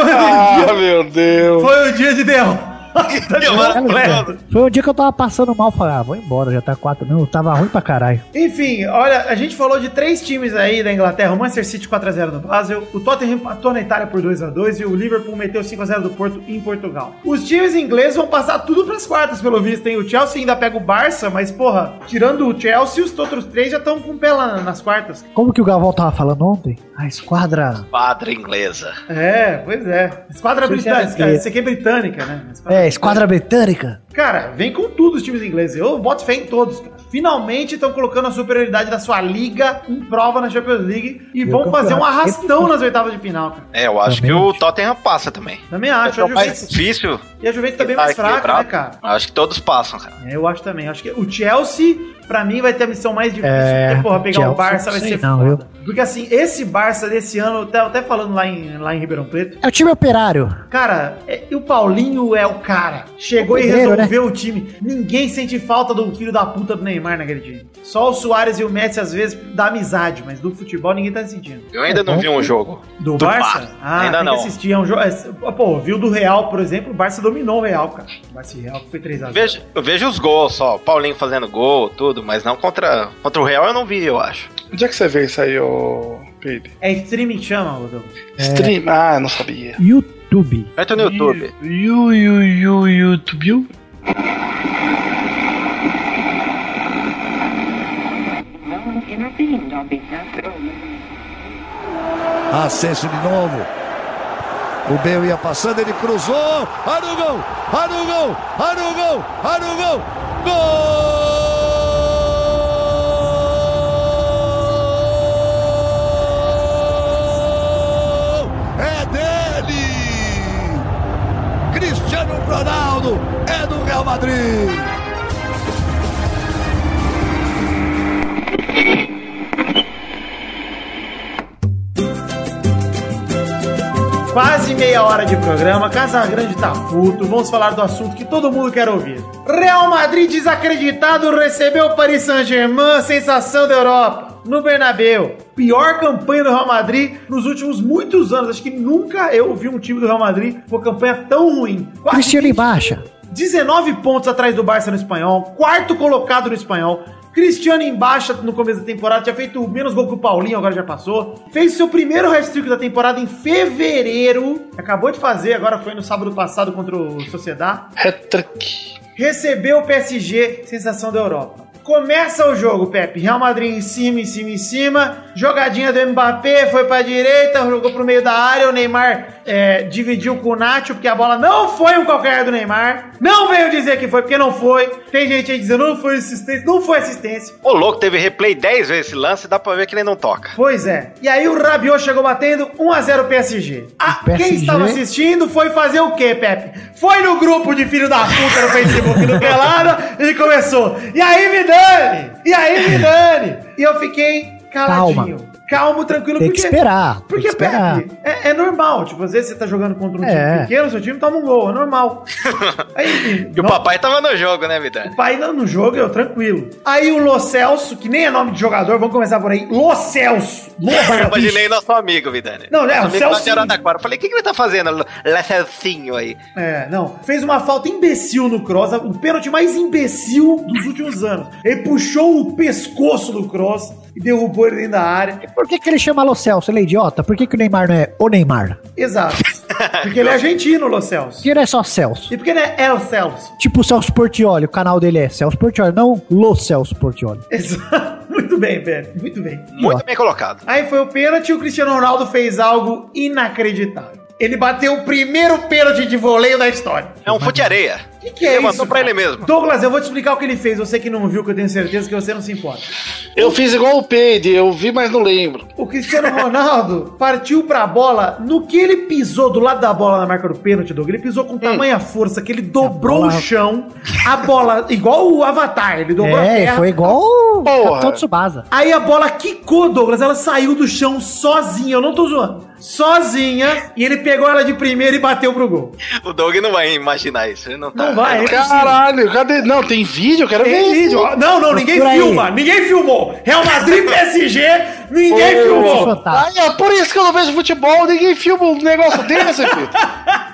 Speaker 8: Ah, meu Deus.
Speaker 4: Foi o dia de derrota.
Speaker 3: Tá
Speaker 7: Levaram
Speaker 3: Ela-
Speaker 7: pra todo.
Speaker 3: Foi um dia que eu tava passando mal, falei, ah, vou embora, já tá 4 mil, tava ruim pra caralho.
Speaker 4: Enfim, olha, a gente falou de três times aí da Inglaterra, o Manchester City 4x0 do Basel, o Tottenham empatou na Itália por 2x2 e o Liverpool meteu 5x0 do Porto em Portugal. Os times ingleses vão passar tudo pras quartas, pelo visto, hein? O Chelsea ainda pega o Barça, mas, porra, tirando o Chelsea, os outros três já estão com o pé lá nas quartas.
Speaker 3: Como que o Galvão tava falando ontem? A esquadra.
Speaker 7: Padre inglesa.
Speaker 4: É, pois é. Esquadra
Speaker 3: Achei que era
Speaker 4: britânica, cara.
Speaker 3: inglês.
Speaker 4: Isso aqui é britânica, né? Esquadra-
Speaker 3: É, esquadra britânica.
Speaker 4: Cara, vem com tudo os times ingleses. Eu boto fé em todos, cara. Finalmente estão colocando a superioridade da sua liga em prova na Champions League e
Speaker 3: E o
Speaker 4: vão fazer um
Speaker 3: campeonato.
Speaker 4: arrastão nas oitavas de final, cara.
Speaker 7: É, eu acho
Speaker 3: Também
Speaker 7: que o Tottenham passa também.
Speaker 4: Também Ah, acho.
Speaker 7: é
Speaker 4: A
Speaker 7: o mais
Speaker 4: Juventus,
Speaker 7: difícil.
Speaker 4: e a Juventus tá bem
Speaker 7: Tá
Speaker 4: mais fraca, né,
Speaker 7: equilibrado.
Speaker 4: cara?
Speaker 7: Acho que todos passam, cara.
Speaker 4: É, eu acho também. Acho que o Chelsea, pra mim, vai ter a missão mais difícil.
Speaker 3: É,
Speaker 4: porque, porra, pegar
Speaker 3: Chelsea,
Speaker 4: o Barça vai
Speaker 3: sei
Speaker 4: ser
Speaker 3: não,
Speaker 4: foda. Porque, assim, esse Barça desse ano, eu tava até falando lá em, lá em Ribeirão Preto,
Speaker 3: É o time operário.
Speaker 4: Cara, é- e o Paulinho é o cara. Chegou
Speaker 3: O
Speaker 4: e
Speaker 3: pedreiro,
Speaker 4: resolveu o time. Ninguém sente falta do filho da puta do Neymar naquele time. Só o Soares e o Messi, às vezes, da amizade, mas do futebol ninguém tá sentindo.
Speaker 7: Eu ainda não vi um jogo.
Speaker 4: Do,
Speaker 7: Do
Speaker 4: Barça?
Speaker 7: Barça.
Speaker 4: Ah,
Speaker 7: Ainda
Speaker 4: tem
Speaker 7: não.
Speaker 4: que assistir. É um jogo. é- pô, viu do Real, por exemplo, o Barça dominou o Real, cara. O Barça e Real foi 3x0.
Speaker 3: Tá
Speaker 7: Eu vejo, eu vejo os gols só. o Paulinho fazendo gol, tudo, mas não contra, contra o Real eu não vi, eu acho.
Speaker 8: Onde é que você vê isso aí, ô Pedro?
Speaker 4: É streaming que chama, Rodolfo.
Speaker 8: Stream. Ah, não sabia.
Speaker 3: YouTube.
Speaker 7: Entra no YouTube.
Speaker 8: You, you, you, YouTube.
Speaker 10: No intervened on behalf of
Speaker 1: Ascenso de novo. O Bel ia passando, ele cruzou. Olha o gol! Olha o gol! Olha o gol! Olha o gol! Gol! É dele! Cristiano Ronaldo é do Real Madrid!
Speaker 4: Quase meia hora de programa, Casa Grande tá puto, vamos falar do assunto que todo mundo quer ouvir. Real Madrid desacreditado recebeu o Paris Saint-Germain, sensação da Europa, no Bernabeu. Pior campanha do Real Madrid nos últimos muitos anos, acho que nunca eu vi um time do Real Madrid com uma campanha tão ruim. Quase
Speaker 3: Cristiano Embaixa.
Speaker 4: 19 pontos atrás do Barça no espanhol, quarto colocado no espanhol. Cristiano embaixo no começo da temporada, tinha feito menos gol que o Paulinho, agora já passou. Fez seu primeiro hat-trick da temporada em fevereiro. Acabou de fazer, agora foi no sábado passado contra o Sociedad.
Speaker 8: Hat-trick.
Speaker 4: Recebeu o PSG, sensação da Europa. Começa o jogo, Pepe. Real Madrid em cima, em cima, em cima. Jogadinha do Mbappé, foi pra direita, jogou pro meio da área. O Neymar é, dividiu com o Nacho, porque a bola não foi um qualquer do Neymar. Não veio dizer que foi, porque não foi. Tem gente aí dizendo, não foi assistência. Não foi assistência.
Speaker 7: Ô, louco, teve replay 10 vezes esse lance, dá pra ver que ele não toca.
Speaker 4: Pois é. E aí o Rabiot chegou batendo 1x0 PSG. Ah,
Speaker 3: O PSG?
Speaker 4: Quem estava assistindo foi fazer o quê, Pepe? Foi no grupo de filho da puta no Facebook do Pelada e começou. E aí, Vidani? E aí, Vidani? E eu fiquei caladinho. Calmo, tranquilo,
Speaker 3: Tem que esperar. Tem que
Speaker 4: Porque,
Speaker 3: esperar.
Speaker 4: Pepe, é, é normal. Tipo, às vezes você tá jogando contra um
Speaker 3: É.
Speaker 4: time pequeno, seu time toma um gol, é normal. Aí, enfim,
Speaker 7: E o
Speaker 4: não-
Speaker 7: papai tava no jogo, né, Vidani?
Speaker 4: o pai não no jogo, eu tranquilo. Aí o Lo Celso, que nem é nome de jogador, vamos começar por aí. Lo Celso. Lo
Speaker 7: Eu
Speaker 4: Celso.
Speaker 7: imaginei nosso amigo, Vidani.
Speaker 4: Não, né, o
Speaker 7: Nosso amigo lá de
Speaker 4: Celcinho.
Speaker 7: Araraquara. Eu Falei, o que, que ele tá fazendo, Le Celcinho aí?
Speaker 4: É, não. Fez uma falta imbecil no Cross, o pênalti mais imbecil dos últimos anos. Ele puxou o pescoço do Cross e derrubou ele dentro da área.
Speaker 3: Por que, que ele chama Lo Celso? Ele é idiota? Por que, que o Neymar não é o Neymar?
Speaker 4: Exato. Porque ele é argentino, Lo Celso.
Speaker 3: Porque ele é só Celso.
Speaker 4: E por que não é El Celso?
Speaker 3: Tipo o Celso Portioli, o canal dele é Celso Portioli, não Lo Celso Portioli.
Speaker 4: Exato. Muito bem, velho. Muito bem.
Speaker 7: Muito Tá bem colocado.
Speaker 4: Aí foi o pênalti e o Cristiano Ronaldo fez algo inacreditável. Ele bateu o primeiro pênalti de voleio da história.
Speaker 7: É um fute-areia.
Speaker 4: O que, que é isso?
Speaker 7: Levantou pra ele mesmo.
Speaker 4: Douglas, eu vou te explicar o que ele fez. Você que não viu, que eu tenho certeza que você não se importa.
Speaker 8: Eu fiz igual o Peide, eu vi, mas não lembro.
Speaker 4: O Cristiano Ronaldo partiu pra bola. No que ele pisou do lado da bola na marca do pênalti, Douglas, ele pisou com tamanha força que ele dobrou
Speaker 3: bola-
Speaker 4: o chão. A bola, igual o Avatar, ele dobrou a
Speaker 3: É,
Speaker 4: perna.
Speaker 3: foi igual o
Speaker 8: Porra.
Speaker 3: Capitão Tsubasa.
Speaker 4: Aí a bola quicou, Douglas. Ela saiu do chão sozinha. Eu não tô zoando. Sozinha. E ele pegou ela de primeira e bateu pro gol.
Speaker 7: O Doug não vai imaginar isso. Ele não tá.
Speaker 4: Não vai. é
Speaker 8: Caralho, cadê? Não, tem vídeo, eu quero
Speaker 4: Tem
Speaker 8: ver.
Speaker 4: vídeo. Ó, Não, não, ninguém
Speaker 3: Procura aí.
Speaker 4: filma. Ninguém filmou. Real Madrid PSG, ninguém
Speaker 3: Isso é
Speaker 4: filmou.
Speaker 3: fantástico.
Speaker 8: Ai, é por isso que eu não vejo futebol, ninguém filma um negócio desse, filho.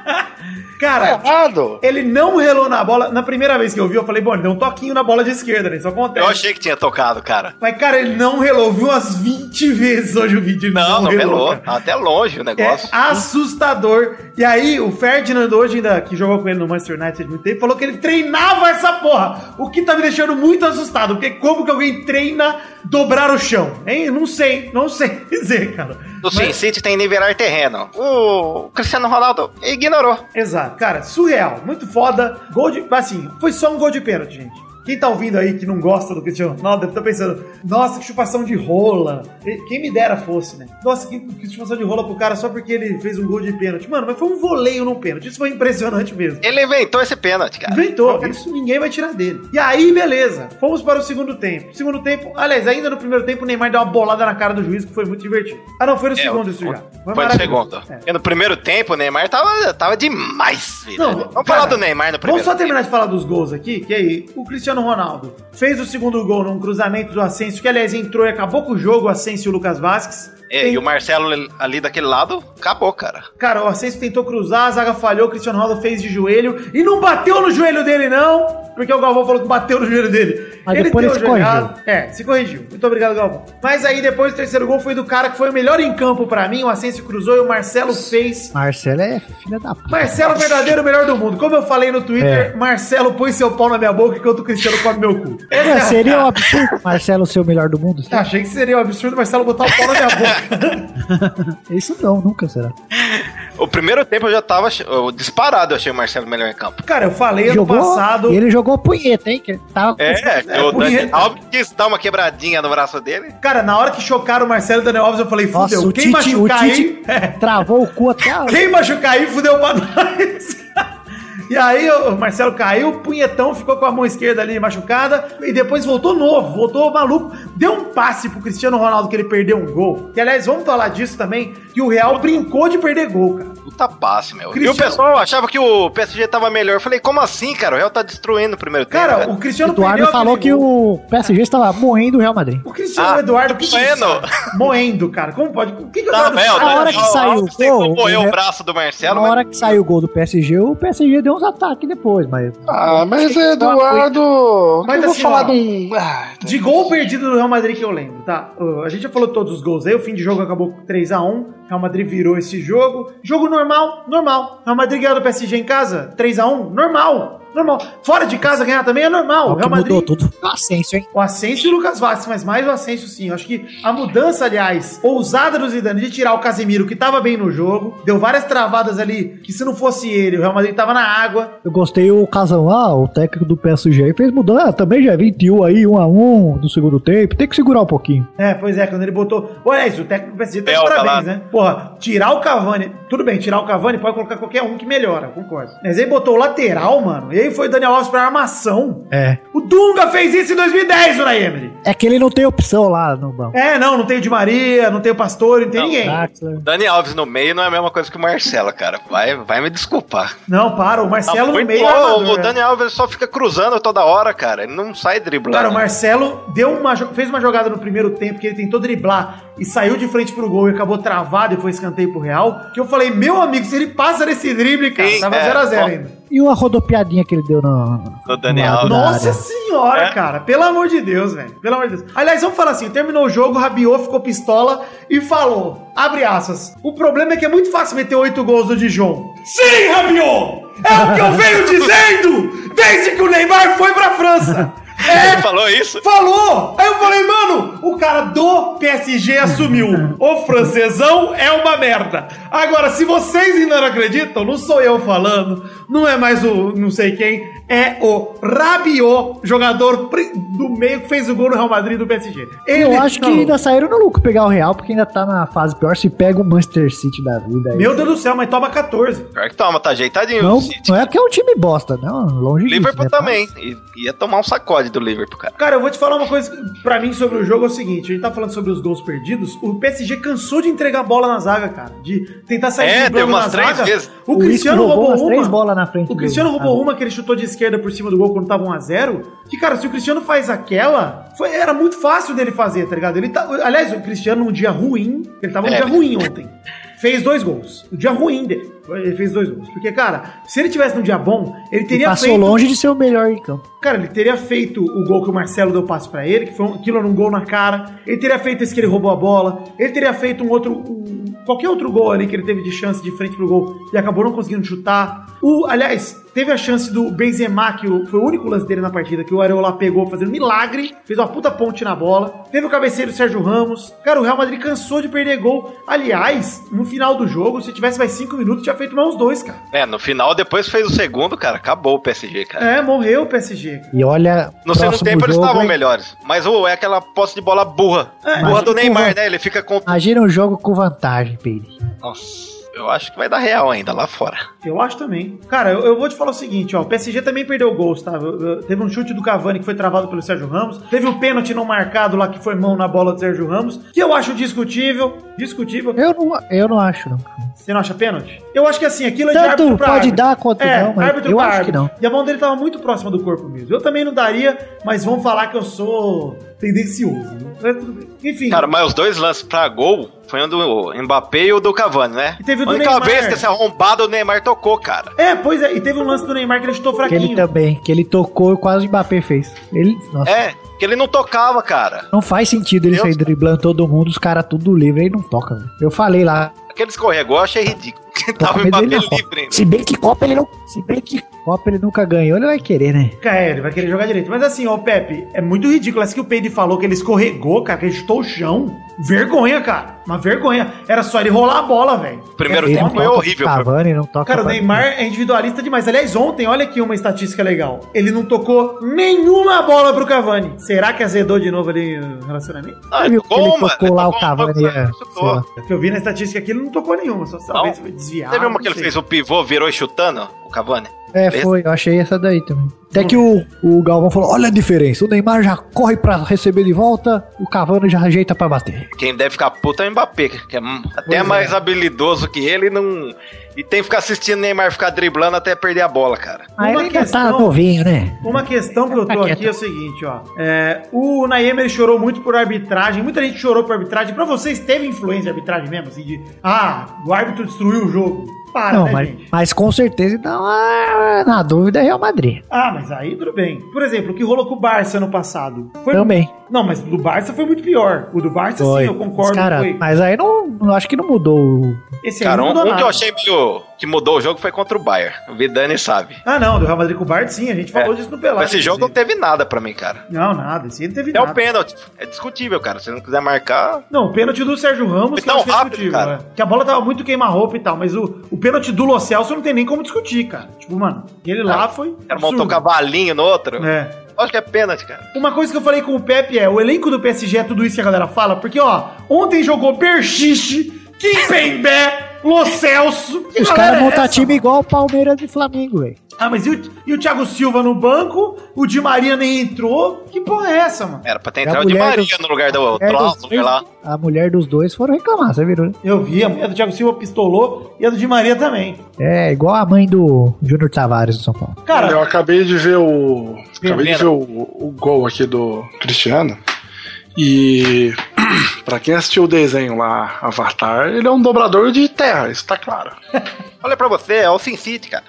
Speaker 8: Tá
Speaker 4: Cara,
Speaker 8: errado.
Speaker 4: ele não relou na bola. Na primeira vez que eu vi, eu falei, bom, ele deu um toquinho na bola de esquerda, né? Isso acontece.
Speaker 7: Eu achei que tinha tocado, cara.
Speaker 4: Mas, cara, ele não relou. Viu umas 20 vezes hoje o vídeo. Ele
Speaker 7: Não, não pelou.
Speaker 4: cara.
Speaker 7: Tá até longe o
Speaker 4: É
Speaker 7: negócio.
Speaker 4: assustador. E aí, o Ferdinand hoje ainda, que jogou com ele no Manchester United há muito tempo, falou que ele treinava essa porra. O que tá me deixando muito assustado, porque como que alguém treina dobrar o chão? Hein? Não sei, não sei dizer, cara.
Speaker 7: O Sin City tem nivelar terreno. O Cristiano Ronaldo ignorou.
Speaker 4: Exato, cara, surreal, muito foda. Gol de. Assim, foi só um gol de pênalti, gente. Quem tá ouvindo aí que não gosta do Cristiano Ronaldo deve estar pensando, nossa, que chupação de rola. E- Quem me dera fosse, né? Nossa, que, que chupação de rola pro cara só porque ele fez um gol de pênalti. Mano, mas foi um voleio num pênalti. Isso foi impressionante mesmo.
Speaker 7: Ele inventou esse pênalti, cara.
Speaker 4: Inventou, É, isso ninguém vai tirar dele. E aí, beleza, fomos para o segundo tempo. Segundo tempo, aliás, ainda no primeiro tempo, o Neymar deu uma bolada na cara do juiz, que foi muito divertido. Ah, não, foi no
Speaker 7: É,
Speaker 4: segundo
Speaker 7: o-
Speaker 4: isso já.
Speaker 7: Foi no
Speaker 4: maravilhoso.
Speaker 7: segundo.
Speaker 4: É.
Speaker 7: Porque no primeiro tempo, o Neymar tava, tava demais, filho.
Speaker 4: Não,
Speaker 7: Vamos
Speaker 4: cara,
Speaker 7: falar do Neymar no
Speaker 4: Vamos
Speaker 7: primeiro
Speaker 4: só
Speaker 7: tempo.
Speaker 4: terminar de falar dos gols aqui, que aí o Cristiano Ronaldo fez o segundo gol num cruzamento do Asensio, que aliás entrou e acabou com o jogo, o Asensio e o Lucas Vasquez.
Speaker 7: É,
Speaker 4: Tem-
Speaker 7: e o Marcelo ali daquele lado, acabou, cara.
Speaker 4: Cara, o Asensio tentou cruzar, a zaga falhou, o Cristiano Ronaldo fez de joelho e não bateu no joelho dele não, porque o Galvão falou que bateu no joelho dele.
Speaker 3: Mas depois ele se corrigiu.
Speaker 4: jogado- É, se corrigiu. Muito obrigado, Galvão. Mas aí depois o terceiro gol foi do cara que foi o melhor em campo pra mim, o Asensio cruzou e o Marcelo fez
Speaker 3: Marcelo é filha da puta.
Speaker 4: Marcelo, é verdadeiro melhor do mundo. Como eu falei no Twitter,
Speaker 3: É.
Speaker 4: Marcelo põe seu pau na minha boca enquanto o Cristiano come meu cu. Essa é a-
Speaker 3: Seria um absurdo Marcelo ser o melhor do mundo?
Speaker 4: Achei que seria um absurdo o Marcelo botar o pau na minha boca.
Speaker 3: Isso não, nunca será.
Speaker 7: O primeiro tempo eu já tava ach- eu, disparado, eu achei o Marcelo melhor em campo.
Speaker 4: Cara, eu falei
Speaker 3: jogou,
Speaker 4: ano passado.
Speaker 3: Ele jogou punheta, hein? Que tava
Speaker 7: É, o Dani
Speaker 4: punheta.
Speaker 7: Alves quis dar uma quebradinha no braço dele.
Speaker 4: Cara, na hora que chocaram o Marcelo e o Daniel Alves, eu falei,
Speaker 3: Nossa,
Speaker 4: fudeu.
Speaker 3: o
Speaker 4: quem
Speaker 3: Tite, o
Speaker 4: machucar
Speaker 3: Tite
Speaker 4: aí. É.
Speaker 3: travou o cu até a...
Speaker 4: Quem machucar aí, fudeu pra nós. E aí o Marcelo caiu, o punhetão, ficou com a mão esquerda ali machucada, e depois voltou novo, voltou maluco. Deu um passe pro Cristiano Ronaldo que ele perdeu um gol. Que aliás, vamos falar disso também, que o Real brincou de perder gol, cara.
Speaker 7: Puta passe, meu. E o
Speaker 4: Cristiano-
Speaker 7: pessoal achava que o PSG tava melhor. Eu falei, como assim, cara? O Real tá destruindo o primeiro tempo.
Speaker 4: Cara,
Speaker 7: velho.
Speaker 4: o
Speaker 3: O
Speaker 4: Cristiano
Speaker 3: Eduardo
Speaker 4: perdeu
Speaker 3: falou
Speaker 4: aquele
Speaker 3: que
Speaker 4: gol.
Speaker 3: o PSG estava moendo o Real Madrid.
Speaker 4: O Cristiano
Speaker 7: Ah,
Speaker 4: Eduardo que
Speaker 7: moendo.
Speaker 4: isso? moendo, cara. Como pode? O que que o
Speaker 7: Tá,
Speaker 4: Eduardo
Speaker 7: velho,
Speaker 4: faz?
Speaker 3: a hora que saiu o
Speaker 7: Você
Speaker 3: gol,
Speaker 7: acompanhou
Speaker 3: né?
Speaker 7: o braço do Marcelo,
Speaker 3: Na
Speaker 7: mas
Speaker 3: hora que saiu o gol do PSG, o PSG deu uns ataques depois, mas
Speaker 8: Ah, mas Eduardo.
Speaker 4: Mas
Speaker 8: eu vou
Speaker 4: assim,
Speaker 8: falar
Speaker 4: ó,
Speaker 8: de um. Ah,
Speaker 4: De gol perdido do Real Madrid que eu lembro, tá? Uh, A gente já falou todos os gols aí, o fim de jogo acabou com 3x1, Real Madrid virou esse jogo. Jogo normal, normal. Real Madrid ganhou do PSG em casa, 3x1, normal, normal. Fora de casa ganhar também é normal.
Speaker 3: o
Speaker 4: Real
Speaker 3: que
Speaker 4: Madrid,
Speaker 3: mudou tudo foi o Ascenso, hein?
Speaker 4: o Asensio e o Lucas Vasquez, mas mais o Asensio sim. Eu acho que a mudança, aliás, ousada do Zidane de tirar o Casemiro, que tava bem no jogo, deu várias travadas ali, que se não fosse ele, o Real Madrid tava na água.
Speaker 3: Eu gostei o Casão lá, o técnico do PSG, aí fez mudança, também já é 21 aí, 1 a 1 no segundo tempo, tem que segurar um pouquinho.
Speaker 4: É, pois é, quando ele botou. Olha isso, o técnico do PSG tá de
Speaker 7: Bel tá
Speaker 4: parabéns,
Speaker 7: lá.
Speaker 4: né? Porra, tirar o Cavani. Tudo bem, tirar o Cavani pode colocar qualquer um que melhora, eu concordo. Mas ele botou o lateral, mano. E aí foi o Daniel Alves pra armação.
Speaker 3: É.
Speaker 4: O Dunga fez isso em 2010, o Emery.
Speaker 3: É que ele não tem opção lá no banco.
Speaker 4: É, não, não tem o Di Maria, não tem o Pastor, não tem ninguém.
Speaker 3: Draxler.
Speaker 7: Dani Alves no meio não é a mesma coisa que o Marcelo, cara. Vai, vai me desculpar.
Speaker 4: Não, para, o
Speaker 7: Tá
Speaker 4: Marcelo no
Speaker 7: muito
Speaker 4: meio. é
Speaker 7: bom.
Speaker 4: armador,
Speaker 7: o
Speaker 4: né?
Speaker 7: Dani Alves só fica cruzando toda hora, cara. Ele não sai driblando.
Speaker 4: Cara, o Marcelo deu uma, jo- fez uma jogada no primeiro tempo que ele tentou driblar e saiu de frente pro gol e acabou travado e foi escanteio pro Real. Que eu falei, meu amigo, se ele passa nesse drible, cara,
Speaker 7: Sim,
Speaker 4: tava
Speaker 7: é,
Speaker 4: 0x0
Speaker 7: ó.
Speaker 4: ainda.
Speaker 3: E uma rodopiadinha que ele deu no.
Speaker 7: Do Daniel. né?
Speaker 3: no lado da
Speaker 4: Nossa
Speaker 3: área.
Speaker 4: senhora,
Speaker 7: É?
Speaker 4: cara. Pelo amor de Deus, velho. Pelo amor de Deus. Aliás, vamos falar assim: terminou o jogo, rabiou, ficou pistola e falou: abre aspas. O problema é que é muito fácil meter oito gols do Dijon. Sim, Rabiot! É o que eu venho dizendo desde que o Neymar foi pra França.
Speaker 7: Ele falou isso?
Speaker 4: Falou! Aí eu falei, mano, o cara do PSG assumiu. O francesão é uma merda. Agora, se vocês ainda não acreditam, não sou eu falando, não é mais o não sei quem, é o Rabiot, jogador pri- do meio que fez o gol no Real Madrid do PSG. Ele
Speaker 3: Eu acho que
Speaker 4: falou.
Speaker 3: ainda saíram no lucro pegar o Real, porque ainda tá na fase pior. Se pega o Manchester City da vida. aí.
Speaker 4: Meu Deus do céu, mas toma 14.
Speaker 7: Pior que toma, tá ajeitadinho.
Speaker 3: não,
Speaker 7: o City.
Speaker 3: não é porque é um time bosta, não. Longe disso.
Speaker 7: Liverpool
Speaker 3: né?
Speaker 7: também. I- Ia tomar um sacode do Liverpool, cara.
Speaker 4: Cara, eu vou te falar uma coisa pra mim sobre o jogo é o seguinte, a gente tá falando sobre os gols perdidos, o PSG cansou de entregar bola na zaga, cara, de tentar sair
Speaker 7: É,
Speaker 4: de drible
Speaker 7: deu umas
Speaker 4: na
Speaker 7: três
Speaker 4: zaga.
Speaker 7: vezes.
Speaker 4: O,
Speaker 3: O
Speaker 4: Cristiano
Speaker 3: Isco
Speaker 4: roubou,
Speaker 3: umas
Speaker 4: uma.
Speaker 3: três bolas na frente.
Speaker 4: O Cristiano
Speaker 3: dele.
Speaker 4: roubou uma que ele chutou de esquerda por cima do gol quando tava 1x0. Que, cara, se o Cristiano faz aquela, foi- era muito fácil dele fazer, tá ligado? Ele tá, aliás, o Cristiano, num dia ruim, ele tava num
Speaker 7: É.
Speaker 4: dia ruim ontem. Fez dois gols. O dia ruim dele. Ele fez dois gols. Porque, cara, se ele tivesse num dia bom, ele
Speaker 3: E
Speaker 4: teria
Speaker 3: Passou
Speaker 4: feito.
Speaker 3: longe de ser o melhor em campo.
Speaker 4: Cara, ele teria feito o gol que o Marcelo deu passe pra ele, que foi um, aquilo era um gol na cara. Ele teria feito esse que ele roubou a bola. Ele teria feito um outro. um- qualquer outro gol ali que ele teve de chance de frente pro gol e acabou não conseguindo chutar. O, aliás, teve a chance do Benzema, que o- foi o único lance dele na partida, que o Areola pegou fazendo um milagre, fez uma puta ponte na bola. Teve o cabeceiro do Sérgio Ramos. Cara, o Real Madrid cansou de perder gol. Aliás, no final do jogo, se tivesse mais cinco minutos, tinha feito mais uns dois, cara.
Speaker 7: É, no final, depois fez o segundo, cara. Acabou o PSG, cara.
Speaker 4: É, morreu o PSG.
Speaker 3: E olha.
Speaker 7: No segundo
Speaker 3: próximo
Speaker 7: tempo eles
Speaker 3: jogo,
Speaker 7: estavam
Speaker 3: hein?
Speaker 7: melhores. Mas ô, é aquela posse de bola burra.
Speaker 4: É,
Speaker 7: burra
Speaker 3: mas
Speaker 7: do
Speaker 3: o
Speaker 7: Neymar,
Speaker 3: Curva-
Speaker 7: né? Ele fica com.
Speaker 3: Imagina um jogo com vantagem, Peide.
Speaker 7: Nossa, eu acho que vai dar real ainda lá fora.
Speaker 4: Eu acho também. Cara, eu, eu vou te falar o seguinte, ó. O PSG também perdeu gols, tá? Eu- eu- Teve um chute do Cavani que foi travado pelo Sérgio Ramos. Teve o pênalti não marcado lá que foi mão na bola do Sérgio Ramos. Que eu acho discutível. Discutível.
Speaker 3: Eu não, eu não acho, não.
Speaker 4: Você não acha pênalti? Eu acho que assim, aquilo é de
Speaker 3: Tanto
Speaker 4: árbitro pra
Speaker 3: pode
Speaker 4: árbitro.
Speaker 3: dar quanto
Speaker 4: É,
Speaker 3: não, mas
Speaker 4: árbitro
Speaker 3: eu
Speaker 4: pra
Speaker 3: acho que
Speaker 4: árbitro.
Speaker 3: não.
Speaker 4: E a mão dele tava muito próxima do corpo mesmo. Eu também não daria, mas vão falar que eu sou tendencioso. né? Mas tudo bem. Enfim.
Speaker 7: Cara, mas os dois lances pra gol foi um do Mbappé e o do Cavani, né?
Speaker 4: E teve o
Speaker 7: a
Speaker 4: do
Speaker 7: única
Speaker 4: Neymar.
Speaker 7: vez que esse arrombado o Neymar tocou, cara.
Speaker 4: É, pois é. E teve um lance do Neymar que ele chutou
Speaker 3: Que ele
Speaker 4: fraquinho.
Speaker 3: também, que ele tocou e quase o Mbappé fez. Ele, nossa,
Speaker 7: É, que ele não tocava, cara.
Speaker 3: não faz sentido ele
Speaker 7: Deus.
Speaker 3: sair driblando todo mundo, os caras tudo livre, ele não toca. velho. Eu falei lá,
Speaker 7: Aquele escorregou eu achei ridículo.
Speaker 3: Tá
Speaker 7: Tava o
Speaker 3: com medo
Speaker 7: Mbappé
Speaker 3: dele, não.
Speaker 7: livre ainda.
Speaker 8: Se bem que Copa ele não.
Speaker 3: se bem que Copa ele nunca ganhou, ele vai querer, né?
Speaker 4: Cara, é, ele vai querer jogar direito. Mas assim, ó, Pepe, é muito ridículo. Essa que o Peide falou que ele escorregou, cara, que ele chutou o chão. Vergonha, cara. Uma vergonha. Era só ele rolar a bola, velho. É,
Speaker 7: Primeiro
Speaker 3: Ele
Speaker 7: tempo
Speaker 3: não
Speaker 7: foi
Speaker 3: toca
Speaker 7: horrível.
Speaker 3: pro Cavani, não toca
Speaker 4: um Cara, o
Speaker 3: pra-
Speaker 4: Neymar é individualista demais. Aliás, ontem, olha aqui uma estatística legal. Ele não tocou nenhuma bola pro Cavani. Será que azedou de novo ali o relacionamento?
Speaker 7: Ah,
Speaker 3: Você viu que ele
Speaker 7: gol, mano.
Speaker 3: tocou
Speaker 4: né?
Speaker 3: lá
Speaker 7: Tocou
Speaker 3: o
Speaker 7: um
Speaker 3: Cavani?
Speaker 7: pouco,
Speaker 3: é,
Speaker 7: chutou.
Speaker 3: sei lá.
Speaker 4: O que eu vi na estatística aqui, ele não tocou nenhuma. Só talvez foi desviado.
Speaker 7: Você viu uma que
Speaker 4: não
Speaker 7: ele
Speaker 4: sei.
Speaker 7: fez o pivô, virou e chutando? O Cavani?
Speaker 3: É,
Speaker 7: Esse-
Speaker 3: foi, eu achei essa daí também. Até
Speaker 4: é.
Speaker 3: que o, o Galvão falou: olha a diferença, o Neymar já corre pra receber de volta, o Cavani já ajeita pra bater.
Speaker 7: Quem deve ficar puto é o Mbappé, que é hum, até mais habilidoso que ele e não. E tem que ficar assistindo o Neymar ficar driblando até perder a bola, cara.
Speaker 3: Aí ele
Speaker 4: Uma
Speaker 3: ainda tá
Speaker 4: é questão-
Speaker 3: novinho, né?
Speaker 4: Uma questão que eu tô aqui é o seguinte, ó. É, o Naemer chorou muito por arbitragem, muita gente chorou por arbitragem. Pra vocês, teve influência de arbitragem mesmo? Assim, de, ah, o árbitro destruiu o jogo. Para,
Speaker 3: Não,
Speaker 4: né,
Speaker 3: mas,
Speaker 4: gente?
Speaker 3: mas com certeza, então, ah, na dúvida é Real Madrid.
Speaker 4: Ah, mas aí tudo bem. Por exemplo, o que rolou com o Barça ano passado. Foi-
Speaker 3: Também.
Speaker 4: Não, mas o do Barça foi muito pior. O do Barça, sim, eu concordo.
Speaker 3: Mas, cara,
Speaker 4: foi.
Speaker 3: mas aí não, não acho que não mudou. o-
Speaker 4: Esse aí
Speaker 7: Cara,
Speaker 4: não
Speaker 7: um,
Speaker 4: mudou
Speaker 7: um
Speaker 4: nada.
Speaker 7: que eu achei meio que mudou o jogo foi contra o Bayern. O Vidani sabe.
Speaker 4: Ah, não, do Real Madrid com o Barça, sim, a gente falou
Speaker 7: É.
Speaker 4: disso no Pelado.
Speaker 7: Mas esse jogo não teve nada pra mim, cara.
Speaker 4: Não, nada, esse aí não teve
Speaker 7: É o
Speaker 4: né, nada.
Speaker 7: pênalti. É discutível, cara. Se não quiser marcar.
Speaker 4: Não, o pênalti do Sérgio Ramos
Speaker 7: Foi tão
Speaker 4: que eu acho
Speaker 7: rápido,
Speaker 4: discutível,
Speaker 7: cara.
Speaker 4: é. Que a bola tava muito queima-roupa e tal, mas o, o pênalti do Lo Celso não tem nem como discutir, cara. Tipo, mano, aquele lá
Speaker 7: Ah,
Speaker 4: foi.
Speaker 7: O cara montou um
Speaker 4: absurdo.
Speaker 7: cavalinho no outro.
Speaker 4: É.
Speaker 7: Acho que é pênalti, cara.
Speaker 4: Uma coisa que eu falei com o Pepe é: o elenco do PSG é tudo isso que a galera fala, porque, ó, ontem jogou Berchiche, Kimpembe, Lo Celso. Que
Speaker 3: Os
Speaker 4: galera
Speaker 3: caras
Speaker 4: é
Speaker 3: montam
Speaker 4: essa,
Speaker 3: time
Speaker 4: mano?
Speaker 3: igual o Palmeiras e Flamengo, velho.
Speaker 4: Ah, mas e o, e o Thiago Silva no banco? O Di Maria nem entrou? Que porra é essa, mano?
Speaker 7: Era pra ter
Speaker 3: É a
Speaker 7: entrado de
Speaker 3: mulher
Speaker 7: Maria
Speaker 3: do-
Speaker 7: no lugar do
Speaker 3: mulher dos
Speaker 7: Troço, sei
Speaker 3: dois-
Speaker 7: lá.
Speaker 3: A mulher dos dois foram reclamar, você virou?
Speaker 4: Eu vi, a mulher do Thiago Silva pistolou e a do Di Maria também.
Speaker 3: É, igual a mãe do Júnior Tavares do São Paulo.
Speaker 4: Cara,
Speaker 6: Olha, eu acabei de ver o. Acabei de
Speaker 7: Pena.
Speaker 6: ver o, o gol aqui do Cristiano. E Pra quem assistiu o desenho lá, Avatar, ele é um dobrador de terra, isso tá claro.
Speaker 7: Olha pra você, é o Sin City, cara.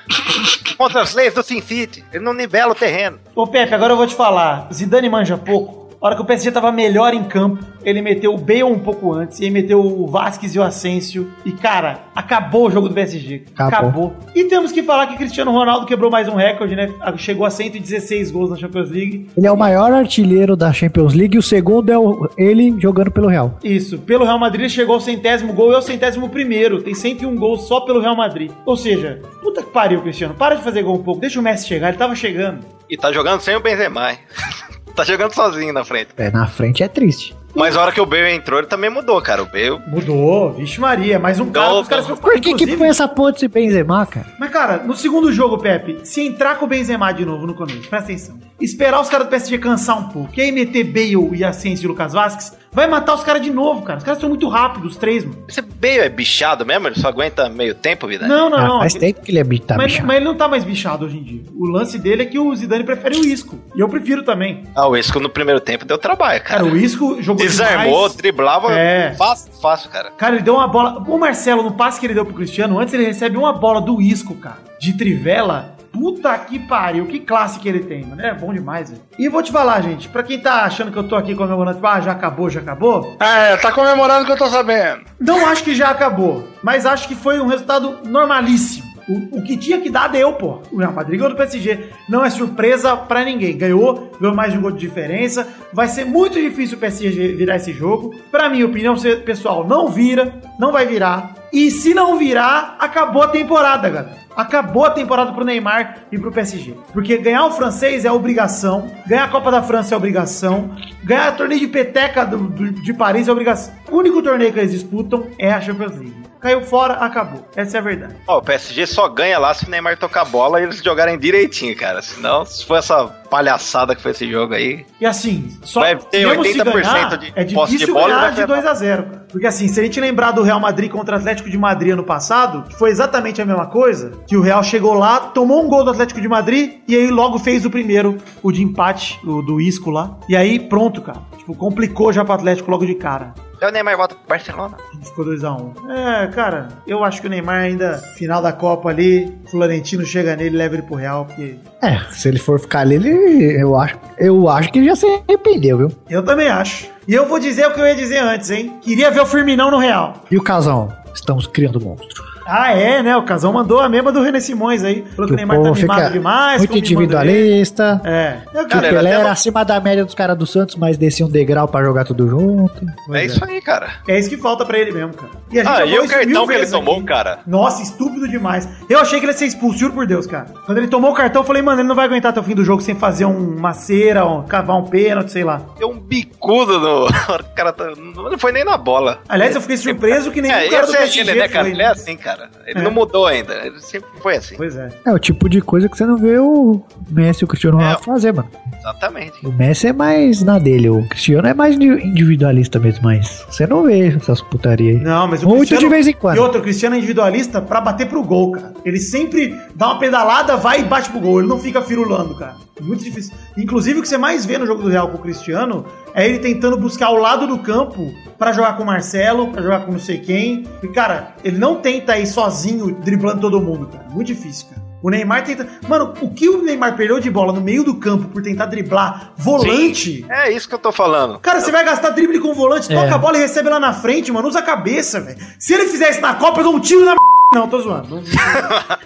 Speaker 7: Contra as leis do Sin City. Ele não nivela o terreno.
Speaker 4: Ô Pepe, agora eu vou te falar. Zidane manja pouco. A hora que o PSG tava melhor em campo, ele meteu o Bale um pouco antes, e aí meteu o Vasquez e o Asensio. E, cara, acabou o jogo do PSG.
Speaker 3: Acabou.
Speaker 4: E temos que falar que Cristiano Ronaldo quebrou mais um recorde, né? Chegou a 116 gols na Champions League.
Speaker 3: Ele é o maior artilheiro da Champions League e o segundo é o- ele jogando pelo Real.
Speaker 4: Isso, pelo Real Madrid ele chegou ao centésimo gol e ao centésimo primeiro. Tem 101 gols só pelo Real Madrid. Ou seja, puta que pariu, Cristiano. Para de fazer gol um pouco, deixa o Messi chegar, ele tava chegando.
Speaker 7: E tá jogando sem o Benzema. hein? tá jogando sozinho na frente.
Speaker 3: É, na frente é triste.
Speaker 7: Mas a hora que o Bale entrou, ele também mudou, cara. O Bale...
Speaker 4: Mudou, vixe Maria, mais um cara,
Speaker 7: Não,
Speaker 4: os caras
Speaker 7: não.
Speaker 4: ficam-
Speaker 3: Por que que
Speaker 4: inclusive-
Speaker 3: põe essa porra desse Benzema, cara?
Speaker 4: Mas cara, no segundo jogo, Pepe, se entrar com o Benzema de novo no começo, presta atenção. Esperar os caras do PSG cansar um pouco, e aí meter Bale e Asensio e Lucas Vasquez, vai matar os caras de novo, cara. Os caras são muito rápidos, os três, mano.
Speaker 7: Esse Bale é bichado mesmo? Ele só aguenta meio tempo, vida?
Speaker 4: Não, não,
Speaker 3: Ah,
Speaker 4: não.
Speaker 3: faz tempo que ele é bi- tá
Speaker 4: mas,
Speaker 3: bichado.
Speaker 4: mas ele não tá mais bichado hoje em dia. O lance dele é que o Zidane prefere o Isco. E eu prefiro também.
Speaker 7: Ah, o Isco no primeiro tempo deu trabalho, cara.
Speaker 4: Cara, o Isco jogou
Speaker 7: Desarmou,
Speaker 4: demais.
Speaker 7: driblava
Speaker 4: É.
Speaker 7: fácil, fácil, cara.
Speaker 4: Cara, ele deu uma bola... O Marcelo, no passe que ele deu pro Cristiano, antes ele recebe uma bola do Isco, cara. De trivela. Puta que pariu, que classe que ele tem, mano. É bom demais, velho. E vou te falar, gente, pra quem tá achando que eu tô aqui comemorando, tipo, ah, já acabou, já acabou,
Speaker 6: É, tá comemorando que eu tô sabendo.
Speaker 4: Não acho que já acabou, mas acho que foi um resultado normalíssimo. O, o que tinha que dar deu, pô. O Real Madrid ganhou do PSG. Não é surpresa pra ninguém. Ganhou, ganhou mais de um gol de diferença. Vai ser muito difícil o PSG virar esse jogo. Pra minha opinião, se- pessoal, não vira, não vai virar. E se não virar, acabou a temporada, galera. Acabou a temporada pro Neymar e pro PSG. Porque ganhar o francês é obrigação, ganhar a Copa da França é obrigação, ganhar o torneio de peteca do- do- de Paris é obrigação. O único torneio que eles disputam é a Champions League. Caiu fora, acabou. Essa é a verdade.
Speaker 7: Ó, o PSG só ganha lá se o Neymar tocar a bola e eles jogarem direitinho, cara. Senão, se for essa palhaçada que foi esse jogo aí.
Speaker 4: E assim, só
Speaker 7: Vai ter
Speaker 4: mesmo se
Speaker 7: 80% de
Speaker 4: é
Speaker 7: posse de
Speaker 4: difícil
Speaker 7: bola e
Speaker 4: ganhar
Speaker 7: vai
Speaker 4: de
Speaker 7: ter
Speaker 4: 2 a 0 Porque assim, se a gente lembrar do Real Madrid contra o Atlético de Madrid ano passado, que foi exatamente a mesma coisa, que o Real chegou lá, tomou um gol do Atlético de Madrid e aí logo fez o primeiro, o de empate, o do Isco lá. E aí pronto, cara. Tipo, complicou já pro Atlético logo de cara.
Speaker 7: Aí o Neymar volta pro Barcelona.
Speaker 4: Ficou 2x1. É, cara, eu acho que o Neymar ainda, final da Copa ali, Florentino chega nele e leva ele pro Real, porque
Speaker 3: É, se ele for ficar ali, ele, eu, acho, eu acho que ele já se arrependeu, viu?
Speaker 4: eu também acho. E eu vou dizer o que eu ia dizer antes, hein? Queria ver o Firminão no Real.
Speaker 3: E o Casão? Estamos criando monstro.
Speaker 4: Ah, é, né? O Casão mandou a mesma do René Simões aí. Falou que o
Speaker 3: Que o
Speaker 4: Neymar tá
Speaker 3: povo
Speaker 4: mimado
Speaker 3: fica
Speaker 4: demais.
Speaker 3: muito
Speaker 4: como mimando ele.
Speaker 3: individualista.
Speaker 4: É. Eu,
Speaker 3: Que o
Speaker 7: Cara,
Speaker 3: Pelé
Speaker 7: até
Speaker 3: era
Speaker 7: não-
Speaker 3: acima da média dos caras do Santos, mas descia um degrau pra jogar tudo junto.
Speaker 7: é isso aí, cara.
Speaker 4: é isso que falta pra ele mesmo, cara. a gente já
Speaker 7: Ah, e
Speaker 4: falou
Speaker 7: o
Speaker 4: isso mil
Speaker 7: cartão que ele
Speaker 4: vezes
Speaker 7: tomou,
Speaker 4: aqui.
Speaker 7: cara?
Speaker 4: Nossa, estúpido demais. Eu achei que ele ia ser expulso, juro por Deus, cara. Quando ele tomou o cartão, eu falei, mano, ele não vai aguentar até o fim do jogo sem fazer um- uma cera, um- cavar um pênalti, sei lá.
Speaker 7: Deu um bicudo no. O cara tá... não foi nem na bola.
Speaker 4: Aliás, eu fiquei surpreso que nem
Speaker 7: É,
Speaker 4: o cara do
Speaker 7: esse é
Speaker 4: PSG
Speaker 7: ele, né, cara?
Speaker 4: foi.
Speaker 7: Ele é assim, cara. Ele
Speaker 4: É.
Speaker 7: não mudou ainda. Ele sempre foi assim.
Speaker 4: Pois é.
Speaker 3: É o tipo de coisa que você não vê o Messi e o Cristiano Ronaldo
Speaker 4: É.
Speaker 3: fazer, mano.
Speaker 7: Exatamente.
Speaker 3: O Messi é mais na dele, o Cristiano é mais ni- individualista mesmo, mas você não vê essas putaria aí.
Speaker 4: Não, mas o
Speaker 3: Muito
Speaker 4: Cristiano-
Speaker 3: de vez em
Speaker 4: E
Speaker 3: quando.
Speaker 4: outro, o Cristiano é individualista pra bater pro gol, cara. Ele sempre dá uma pedalada, vai e bate pro gol. Ele não fica firulando, cara. Muito difícil. Inclusive, o que você mais vê no jogo do Real com o Cristiano é ele tentando buscar o lado do campo pra jogar com o Marcelo, pra jogar com não sei quem. E, cara, ele não tenta ir sozinho driblando todo mundo, cara. Muito difícil, cara. O Neymar tenta. Mano, o que o Neymar perdeu de bola no meio do campo por tentar driblar volante.
Speaker 7: É isso que eu tô falando.
Speaker 4: Cara, você vai gastar drible com o volante,
Speaker 3: É.
Speaker 4: toca a bola e recebe lá na frente, mano. Usa a cabeça, velho. Se ele fizer isso na Copa, eu dou um tiro na. m****. Não, tô zoando. Não-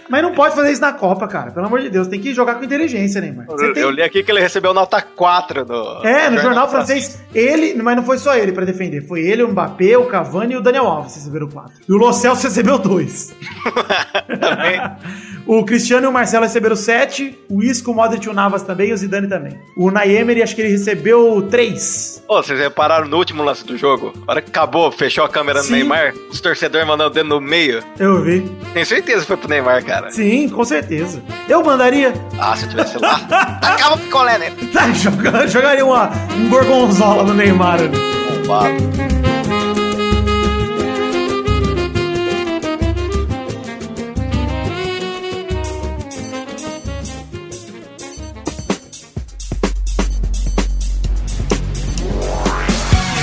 Speaker 4: Mas não pode fazer isso na Copa, cara. Pelo amor de Deus, tem que jogar com inteligência, Neymar. Você
Speaker 7: Eu,
Speaker 4: tem-
Speaker 7: eu li aqui que ele recebeu nota 4 no.
Speaker 4: É, no jornal francês, ele, mas não foi só ele pra defender. Foi ele, o Mbappé, o Cavani e o Daniel Alves receberam quatro. E o Lo Celso recebeu dois.
Speaker 7: Também.
Speaker 4: O Cristiano e o Marcelo receberam sete. O Isco, o Modric, o Navas também e o Zidane também. O Nayemery, acho que ele recebeu três.
Speaker 7: Ô, vocês repararam no último lance do jogo? A hora que acabou, fechou a câmera
Speaker 4: Sim.
Speaker 7: no Neymar, os torcedores mandando o dedo no meio.
Speaker 4: Eu vi.
Speaker 7: Tenho certeza que foi pro Neymar, cara.
Speaker 4: Sim, com certeza. Eu mandaria.
Speaker 7: Ah, se eu tivesse lá. Acaba o picolé, né?
Speaker 4: Tá, joga- jogaria uma, um gorgonzola no Neymar. ali.
Speaker 7: Bombado.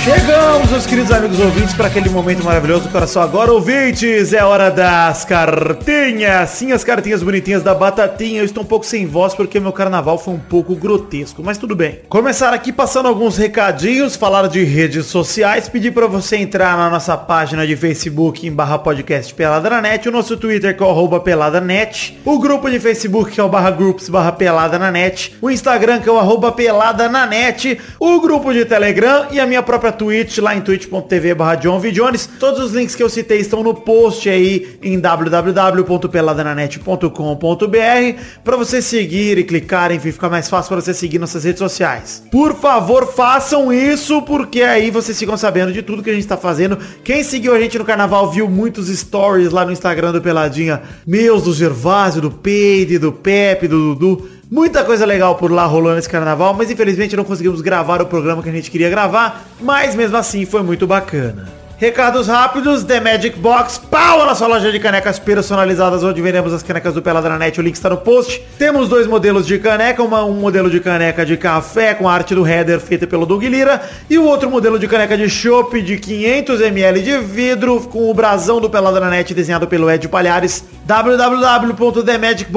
Speaker 4: Chegamos! Vamos, meus queridos amigos ouvintes, para aquele momento maravilhoso do coração agora. Ouvintes, é hora das cartinhas. Sim, as cartinhas bonitinhas da Batatinha. Eu estou um pouco sem voz porque meu carnaval foi um pouco grotesco, mas tudo bem. Começar aqui passando alguns recadinhos, falar de redes sociais, pedir para você entrar na nossa página de Facebook em barra podcast Peladranet, o nosso Twitter que é o arroba Peladanet, o grupo de Facebook que é o barra groups barra Pelada na Net, o Instagram que é o arroba Pelada na Net, o grupo de Telegram e a minha própria Twitch lá em twitch.tv barra John V. Jones. Todos os links que eu citei estão no post aí em www.peladananet.com.br para você seguir e clicar, enfim, fica mais fácil para você seguir nossas redes sociais. Por favor, façam isso porque aí vocês ficam sabendo de tudo que a gente tá fazendo. Quem seguiu a gente no carnaval viu muitos stories lá no Instagram do Peladinha, meus do Gervásio, do Peide, do Pepe, do Dudu. Muita coisa legal por lá rolando esse carnaval, mas infelizmente não conseguimos gravar o programa que a gente queria gravar, mas mesmo assim foi muito bacana. Recados rápidos, The Magic Box, pau na sua loja de canecas personalizadas, onde vendemos as canecas do Peladranet, o link está no post. Temos dois modelos de caneca, uma- um modelo de caneca de café com a arte do header feita pelo Doug Lira, e o outro modelo de caneca de chopp de 500ml de vidro, com o brasão do Peladranet desenhado pelo Ed Palhares,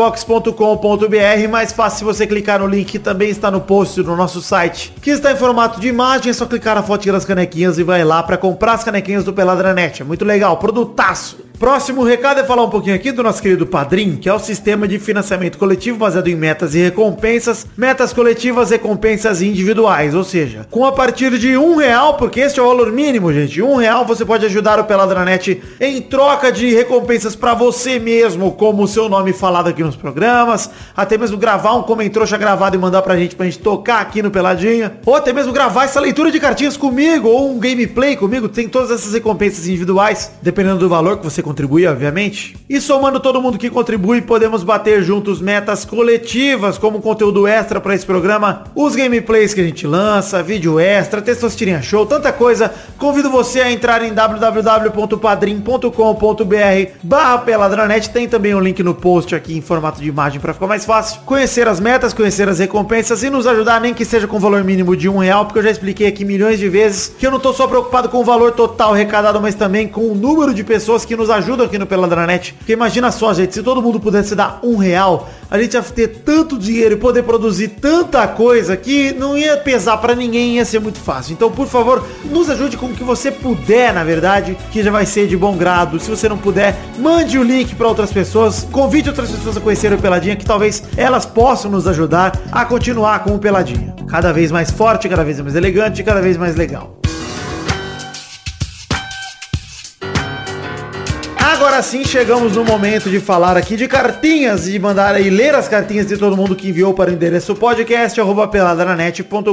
Speaker 4: www.themagicbox.com.br mais fácil se você clicar no link que também está no post do nosso site que está em formato de imagem é só clicar na fotinha das canequinhas e vai lá para comprar as canequinhas do Peladranet é muito legal produtaço Próximo recado é falar um pouquinho aqui do nosso querido Padrim, que é o sistema de financiamento coletivo baseado em metas e recompensas, metas coletivas, recompensas individuais, ou seja, com a partir de um real, porque este é o valor mínimo, gente, um real você pode ajudar o Peladranet em troca de recompensas para você mesmo, como o seu nome falado aqui nos programas, até mesmo gravar um comentrouxa gravado e mandar pra gente, pra gente tocar aqui no Peladinha, ou até mesmo gravar essa leitura de cartinhas comigo, ou um gameplay comigo, tem todas essas recompensas individuais, dependendo do valor que você contribui, obviamente. E somando todo mundo que contribui, podemos bater juntos metas coletivas, como um conteúdo extra pra esse programa, os gameplays que a gente lança, vídeo extra, testosterinha show, tanta coisa. Convido você a entrar em www.padrim.com.br barra peladranet, tem também um link no post aqui em formato de imagem pra ficar mais fácil. Conhecer as metas, conhecer as recompensas e nos ajudar, nem que seja com valor mínimo de um real, porque eu já expliquei aqui milhões de vezes que eu não tô só preocupado com o valor total arrecadado, mas também com o número de pessoas que nos ajudam aqui no Peladranet. Porque imagina só, gente, se todo mundo pudesse dar um real, a gente ia ter tanto dinheiro e poder produzir tanta coisa que não ia pesar pra ninguém, ia ser muito fácil. Então, por favor, nos ajude com o que você puder, na verdade, que já vai ser de bom grado. Se você não puder, mande o link pra outras pessoas, convide outras pessoas a conhecerem o Peladinha, que talvez elas possam nos ajudar a continuar com o Peladinha. Cada vez mais forte, cada vez mais elegante, cada vez mais legal. Agora sim chegamos no momento de falar aqui de cartinhas e de mandar aí ler as cartinhas de todo mundo que enviou para o endereço podcast arroba peladananet.com.br.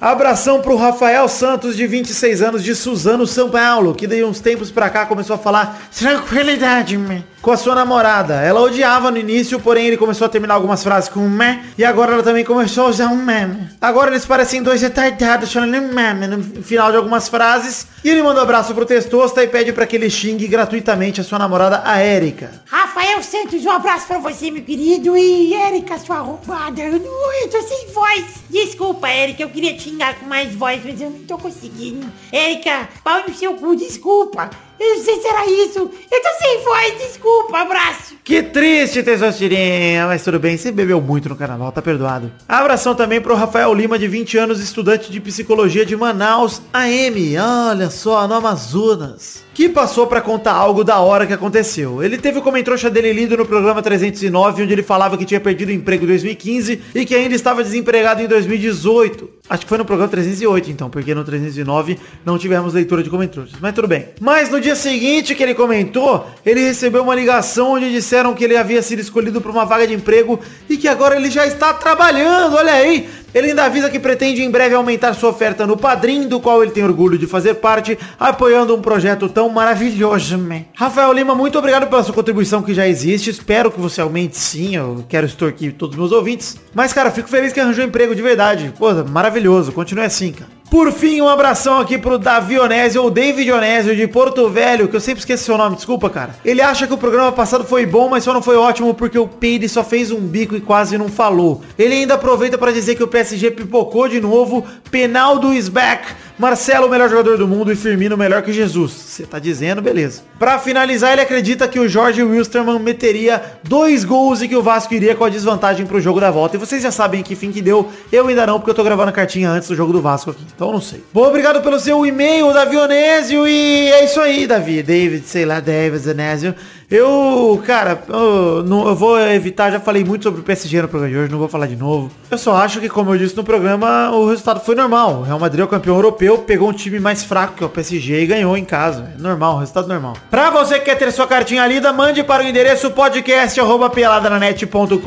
Speaker 4: Abração pro Rafael Santos, de 26 anos, de Suzano, São Paulo, que de uns tempos pra cá começou a falar tranquilidade, me com a sua namorada. Ela odiava no início, porém ele começou a terminar algumas frases com me e agora ela também começou a usar um meme. Agora eles parecem dois retardados falando um meme no final de algumas frases. E ele manda um abraço pro Testosta e pede pra que ele xingue gratuitamente a sua namorada, a Érica.
Speaker 9: Rafael Santos, um abraço pra você, meu querido. E Erika, sua arrombada. Eu, não, eu tô sem voz. Desculpa, Erika, eu queria te xingar com mais voz, mas eu não tô conseguindo. Erika, pau no seu cu, desculpa. Eu não sei se era isso. Eu tô sem voz, desculpa, abraço.
Speaker 4: Que triste, Tessostirinha, mas tudo bem, você bebeu muito no carnaval, tá perdoado. Abração também pro Rafael Lima, de 20 anos, estudante de psicologia de Manaus, AM, olha só, no Amazonas. Que passou pra contar algo da hora que aconteceu. Ele teve o comentrouxa dele lido no programa 309, onde ele falava que tinha perdido o emprego em 2015 e que ainda estava desempregado em 2018. Acho que foi no programa 308, então, porque no 309 não tivemos leitura de comentários. Mas tudo bem. Mas no dia seguinte que ele comentou, ele recebeu uma ligação onde disseram que ele havia sido escolhido para uma vaga de emprego e que agora ele já está trabalhando, olha aí. Ele ainda avisa que pretende em breve aumentar sua oferta no Padrim, do qual ele tem orgulho de fazer parte, apoiando um projeto tão maravilhoso, man. Rafael Lima, muito obrigado pela sua contribuição que já existe. Espero que você aumente sim. Eu quero extorquir todos os meus ouvintes. Mas, cara, fico feliz que arranjou emprego de verdade. Pô, maravilhoso. Continue assim, cara. Por fim, um abração aqui pro Davi Onésio, ou David Onésio, de Porto Velho, que eu sempre esqueço seu nome, desculpa, cara. Ele acha que o programa passado foi bom, mas só não foi ótimo porque o Peide só fez um bico e quase não falou. Ele ainda aproveita pra dizer que o PSG pipocou de novo, penal do Sbeck, Marcelo, o melhor jogador do mundo e Firmino, melhor que Jesus. Você tá dizendo, beleza. Pra finalizar, ele acredita que o Jorge Wilstermann meteria dois gols e que o Vasco iria com a desvantagem pro jogo da volta. E vocês já sabem que fim que deu. Eu ainda não, porque eu tô gravando a cartinha antes do jogo do Vasco aqui. Então eu não sei. Bom, obrigado pelo seu e-mail, Davi Onésio. E é isso aí, Davi. David, sei lá, David Onésio. Eu, cara, eu, não, eu vou evitar, já falei muito sobre o PSG no programa de hoje, não vou falar de novo. Eu só acho que, como eu disse no programa, o resultado foi normal. O Real Madrid é o campeão europeu, pegou um time mais fraco que é o PSG e ganhou em casa. É normal, resultado normal. Pra você que quer ter sua cartinha lida, mande para o endereço podcast.peladananet.com.br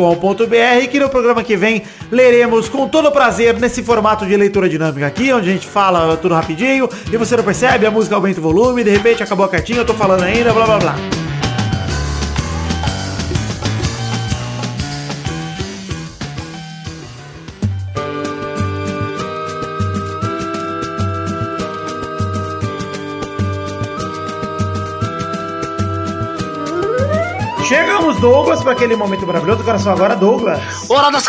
Speaker 4: que no programa que vem leremos com todo prazer nesse formato de leitura dinâmica aqui, onde a gente fala tudo rapidinho e você não percebe, a música aumenta o volume, de repente acabou a cartinha, eu tô falando ainda, blá blá blá. Chegamos, Douglas, para aquele momento maravilhoso do coração agora, Douglas.
Speaker 8: Hora das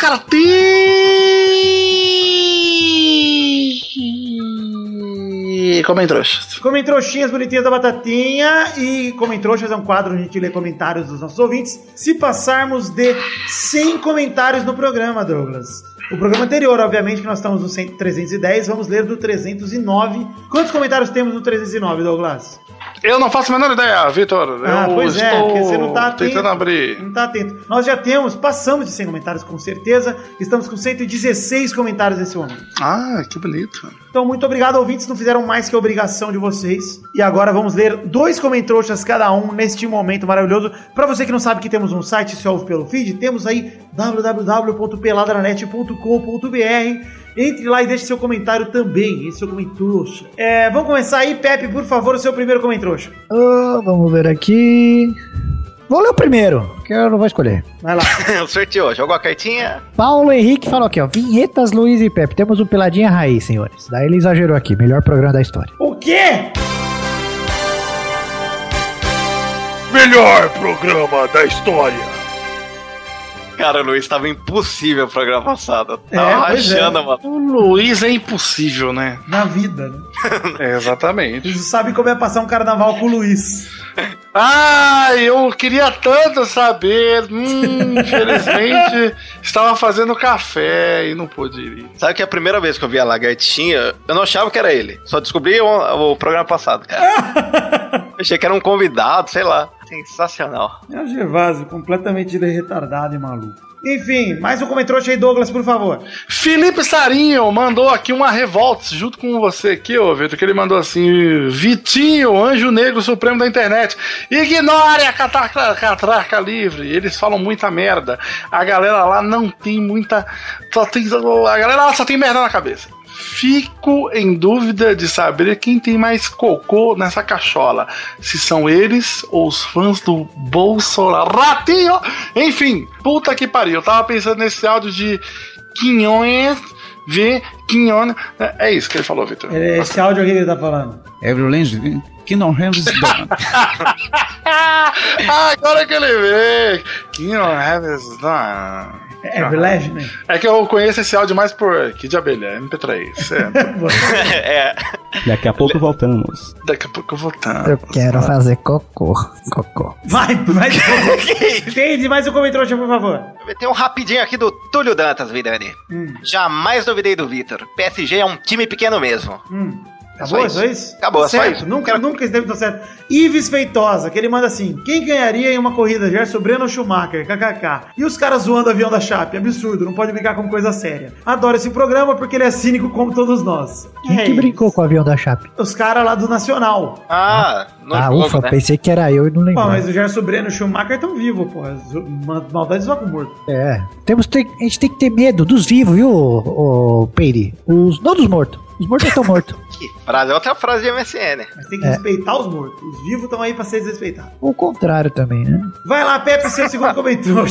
Speaker 8: cartinhas! Comem trouxas.
Speaker 4: Comem trouxinhas bonitinhas da batatinha e Comem trouxas é um quadro onde a gente lê comentários dos nossos ouvintes. Se passarmos de 100 comentários no programa, Douglas. O programa anterior, obviamente, que nós estamos no 100 310, vamos ler do 309. Quantos comentários temos no 309, Douglas?
Speaker 6: Eu não faço a menor ideia, Vitor.
Speaker 4: Ah,
Speaker 6: eu
Speaker 4: pois é,
Speaker 6: estou
Speaker 4: porque você não tá atento.
Speaker 6: tentando abrir.
Speaker 4: Não tá atento. Nós já temos, passamos de 100 comentários com certeza. Estamos com 116 comentários nesse momento.
Speaker 6: Ah, que bonito.
Speaker 4: Então, muito obrigado, ouvintes. Não fizeram mais que a obrigação de vocês. E agora vamos ler dois comentroxas cada um neste momento maravilhoso. Pra você que não sabe que temos um site, se ouve pelo feed, temos aí www.peladranet.com.br. Entre lá e deixe seu comentário também, esse seu comentroxa. É, vamos começar aí, Pepe, por favor, o seu primeiro comentroxa.
Speaker 3: Ah, vamos ver aqui. Vou ler o primeiro, que eu não vou escolher.
Speaker 4: Vai lá.
Speaker 7: Sorteou, jogou a cartinha.
Speaker 3: Paulo Henrique falou aqui, ó. Vinhetas Luiz e Pepe. Temos um Peladinha Raiz, senhores. Daí ele exagerou aqui. Melhor programa da história.
Speaker 4: O quê?
Speaker 11: Melhor programa da história.
Speaker 7: Cara, o Luiz tava impossível o programa passado. Tava
Speaker 4: É, pois é.
Speaker 7: rachando, mano.
Speaker 6: O Luiz é impossível, né?
Speaker 4: Na vida, né?
Speaker 6: É, exatamente.
Speaker 4: Eles sabem como é passar um carnaval com o Luiz.
Speaker 6: Ah, eu queria tanto saber. Hum, infelizmente, estava fazendo café e não pude ir.
Speaker 7: Sabe que é a primeira vez que eu vi a lagartinha, eu não achava que era ele. Só descobri o, o programa passado, cara. Achei que era um convidado, sei lá. Sensacional.
Speaker 4: É o Gervásio, completamente retardado e maluco. Enfim, mais um comentário aí, Douglas, por favor.
Speaker 6: Felipe Sarinho mandou aqui uma revolta junto com você aqui, ô Vitor, que ele mandou assim: Vitinho, anjo negro supremo da internet. Ignore a catraca, catraca livre. Eles falam muita merda. A galera lá não tem muita. Só tem, a galera lá só tem merda na cabeça. Fico em dúvida de saber quem tem mais cocô nessa cachola. Se são eles ou os fãs do Bolsonaro. Ratinho! Enfim, puta que pariu. Eu tava pensando nesse áudio de Quinhões V. Quinhões. É- É isso que ele falou, Vitor.
Speaker 4: É Esse áudio aqui que ele tá falando.
Speaker 12: Everland, que não rende
Speaker 6: Ah, agora que ele vê. Quinhões. não.
Speaker 4: É
Speaker 7: Ah.
Speaker 4: Everlast, né?
Speaker 6: É que eu conheço esse áudio mais por Kid Abelha, MP3. É,
Speaker 7: é.
Speaker 12: Daqui a pouco voltamos.
Speaker 6: daqui a pouco eu vou voltar.
Speaker 3: Eu quero fazer cocô. Cocô.
Speaker 4: Vai, vai. Entende? Mais um comentário, por favor.
Speaker 7: Tem um rapidinho aqui do Túlio Dantas, Vidani.
Speaker 4: Hum.
Speaker 7: Jamais duvidei do Vitor. PSG é um time pequeno mesmo.
Speaker 4: Hum.
Speaker 7: É
Speaker 4: Acabou,
Speaker 7: só
Speaker 4: é
Speaker 7: isso.
Speaker 4: só isso?
Speaker 7: Acabou, é só
Speaker 4: certo,
Speaker 7: isso.
Speaker 4: Nunca, nunca esteve tão certo. Ives Feitosa, que ele manda assim: quem ganharia em uma corrida? Gerson Breno ou Schumacher? KKK. E os caras zoando o avião da Chape? Absurdo, não pode brincar com coisa séria. Adoro esse programa porque ele é cínico como todos nós.
Speaker 3: Quem
Speaker 4: É
Speaker 3: que
Speaker 4: isso.
Speaker 3: brincou com o avião da Chape?
Speaker 4: Os caras lá do Nacional.
Speaker 7: Ah, no
Speaker 3: ah,
Speaker 7: jogo,
Speaker 3: ufa,
Speaker 7: né?
Speaker 3: pensei que era eu e não
Speaker 4: Pô,
Speaker 3: lembrava.
Speaker 4: mas o Gerson Breno e o Schumacher estão vivos, pô. Zo- ma- Maldade zoa com morto.
Speaker 3: É. Temos que ter- a gente tem que ter medo dos vivos, viu, ô, ô, Peire? Os, não dos mortos. Os mortos estão mortos.
Speaker 7: Que frase, é outra frase de MSN.
Speaker 4: Mas tem que
Speaker 3: É.
Speaker 4: respeitar os mortos. Os vivos estão aí pra ser desrespeitados.
Speaker 3: O contrário também, né?
Speaker 4: Vai lá, Pepe, seu segundo comentário.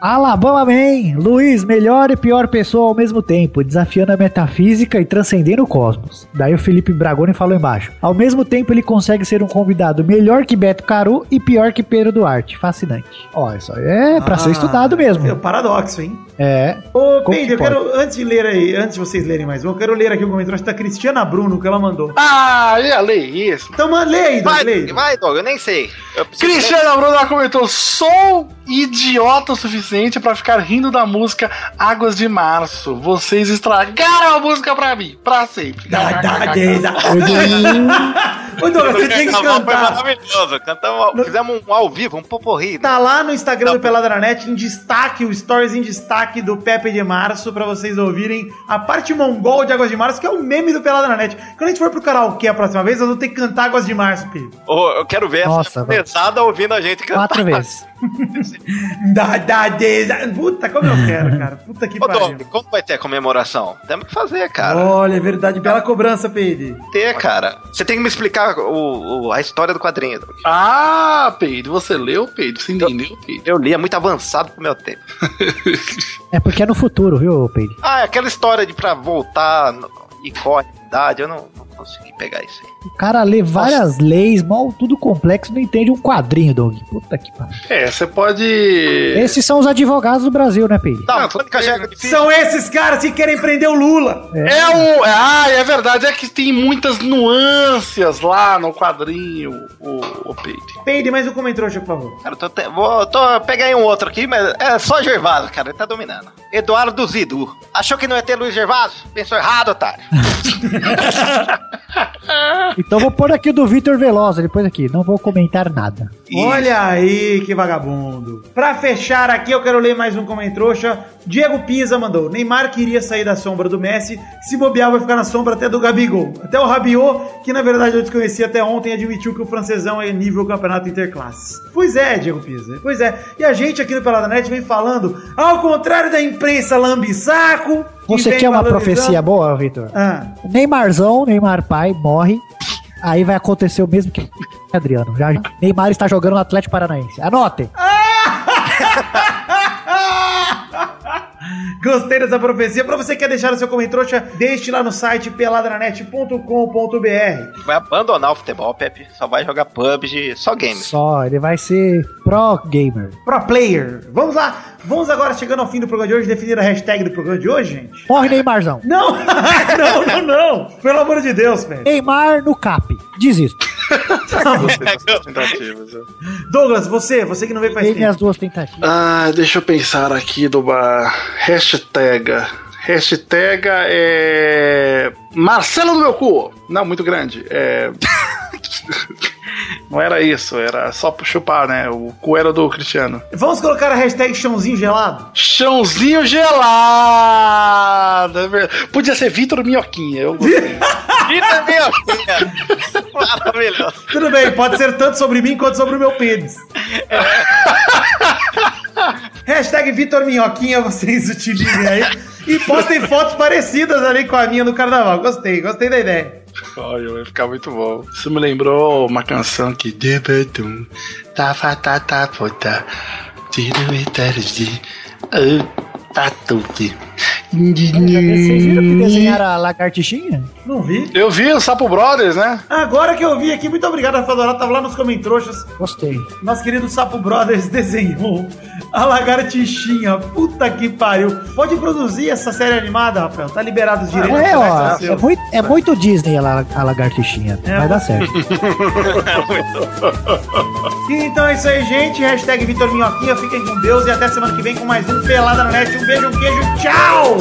Speaker 3: Alabama Man, Luiz, melhor e pior pessoa ao mesmo tempo, desafiando a metafísica e transcendendo o cosmos. Daí o Felipe Bragoni falou embaixo. Ao mesmo tempo, ele consegue ser um convidado melhor que Beto Caru e pior que Pedro Duarte. Fascinante. Ó, isso aí é pra ser
Speaker 4: Ah,
Speaker 3: estudado
Speaker 4: É um
Speaker 3: mesmo.
Speaker 4: paradoxo, hein?
Speaker 3: É.
Speaker 4: Ô,
Speaker 3: Como
Speaker 4: Pedro,
Speaker 3: que
Speaker 4: eu
Speaker 3: pode?
Speaker 4: quero, antes de ler aí, antes de vocês lerem mais um, eu quero ler inteira aqui o comentário da Cristiana Bruno que ela mandou.
Speaker 6: Ah, ia ler isso.
Speaker 4: Então, mano, lê aí, Doug,
Speaker 7: Vai,
Speaker 4: lê aí.
Speaker 7: vai, Doug, eu nem sei. Eu preciso-
Speaker 6: Cristiana Bruna comentou: sou idiota o suficiente pra ficar rindo da música Águas de Março. Vocês estragaram a música pra mim, pra sempre.
Speaker 4: Ô, Douglas, você tem que
Speaker 7: Carnaval Foi
Speaker 4: cantar.
Speaker 7: maravilhoso. Cantamos, ao- fizemos um ao vivo, um poporri.
Speaker 4: Tá lá no Instagram do Pelada na Net, em destaque, o Stories em destaque do Pepe de Março, pra vocês ouvirem a parte mongol de Águas de Março, que é o meme do Pelada na Net. Quando a gente for pro karaokê a próxima vez, nós vamos ter que cantar Águas de Março, querido.
Speaker 7: Ô, eu quero ver
Speaker 3: Nossa,
Speaker 7: essa pesada ouvindo a gente cantar.
Speaker 3: Quatro vezes.
Speaker 4: Da, da, de, da. Puta, como eu quero, cara. Puta que
Speaker 7: Ô,
Speaker 4: pariu.
Speaker 7: Doug, como vai ter a comemoração? Temos que fazer, cara.
Speaker 4: Olha, é verdade, bela cobrança, Pedro.
Speaker 7: Ter, cara. Você tem que me explicar o, o- a história do quadrinho. Doug.
Speaker 6: Ah, Peide, você leu, Peide? Você entendeu, Peide?
Speaker 7: Eu li, é muito avançado pro meu tempo.
Speaker 3: É porque é no futuro, viu, Peide?
Speaker 7: Ah, é aquela história de pra voltar no, e corre a idade, eu não, não consegui pegar isso aí.
Speaker 3: O cara lê várias leis, mal tudo complexo, não entende um quadrinho, Doug. Puta que pariu.
Speaker 6: É, você
Speaker 4: É.
Speaker 6: pode.
Speaker 3: Esses são os advogados do Brasil, né, Peide?
Speaker 7: Tá, Mônica já é difícil.
Speaker 4: São esses caras que querem prender o Lula.
Speaker 6: É um. Ah, é verdade, é que tem muitas nuances lá no quadrinho, o, o Peide.
Speaker 4: Peide, mais um comentário, por favor.
Speaker 7: Cara, eu tô, te- vou, tô pegar aí um outro aqui, mas é só Gervásio, cara, ele tá dominando. Eduardo Zidu. Achou que não ia ter Luiz Gervásio? Pensou errado, otário.
Speaker 3: Então vou pôr aqui o do Vitor Veloso, depois aqui. Não vou comentar nada.
Speaker 4: Olha aí, que vagabundo. Pra fechar aqui, eu quero ler mais um comentrouxa. Diego Pisa mandou. Neymar queria sair da sombra do Messi. Se bobear, vai ficar na sombra até do Gabigol. Até o Rabiot, que na verdade eu desconheci até ontem, admitiu que o francesão é nível campeonato interclasses. Pois é, Diego Pisa. Pois é. E a gente aqui no Pelada Net vem falando, ao contrário da imprensa lambisaco... que
Speaker 3: Você
Speaker 4: vem
Speaker 3: quer uma
Speaker 4: valorizando-
Speaker 3: profecia boa, Vitor?
Speaker 4: Ah.
Speaker 3: Neymarzão, Neymar pai, morre. Aí vai acontecer o mesmo que Adriano. Já, Neymar está jogando no Atlético Paranaense. Anotem.
Speaker 4: Gostei dessa profecia. Pra você que quer deixar o seu comentrouxa, deixe lá no site peladranet.com.br.
Speaker 7: Vai abandonar o futebol, Pepe. Só vai jogar PUBG, só games.
Speaker 3: Só, ele vai ser pro gamer.
Speaker 4: Pro player. Vamos lá. Vamos agora, chegando ao fim do programa de hoje, definir a hashtag do programa de hoje, gente?
Speaker 3: Morre Neymarzão.
Speaker 4: Não! não, não, não! Pelo amor de Deus, velho.
Speaker 3: Neymar no cap. Desisto.
Speaker 4: Douglas, você, você que não veio faz
Speaker 3: Tem
Speaker 4: tempo.
Speaker 3: minhas duas tentativas.
Speaker 6: Ah, deixa eu pensar aqui do bar. Hashtag. Hashtag é. Marcelo do meu cu! Não, muito grande. É. Não era isso, era só pra chupar, né? O cu era do Cristiano.
Speaker 4: Vamos colocar a hashtag chãozinho gelado?
Speaker 6: Chãozinho gelado! é verdade. Podia ser Vitor Minhoquinha. Eu gostei.
Speaker 7: E também, ó. Maravilhoso.
Speaker 4: Tudo bem, pode ser tanto sobre mim quanto sobre o meu pênis. Hashtag Vitor Minhoquinha, vocês utilizem aí. E postem fotos parecidas ali com a minha no carnaval. Gostei, gostei da ideia.
Speaker 6: Olha, vai ficar muito bom. Isso me lembrou uma canção que. Debetum. Tafa tata pota. Tiro e terzi. ah, Tatuti.
Speaker 3: Vocês viram que desenharam a lagartixinha?
Speaker 4: Não vi.
Speaker 6: Eu vi o Sapo Brothers, né?
Speaker 4: Agora que eu vi aqui, muito obrigado, Rafael Dourado. Tava lá nos comentroxas.
Speaker 3: Gostei.
Speaker 4: Nosso querido Sapo Brothers desenhou a lagartixinha. Puta que pariu. Pode produzir essa série animada, Rafael. Tá liberado os direitos.
Speaker 3: É, ó,
Speaker 4: autorais, seu.
Speaker 3: é muito, é muito Disney a, la- a lagartixinha.
Speaker 4: É.
Speaker 3: Vai dar certo.
Speaker 4: Então é isso aí, gente. Hashtag Vitor Minhoquinha. Fiquem com Deus e até semana que vem com mais um Pelada na Net. Um beijo, um queijo. Tchau!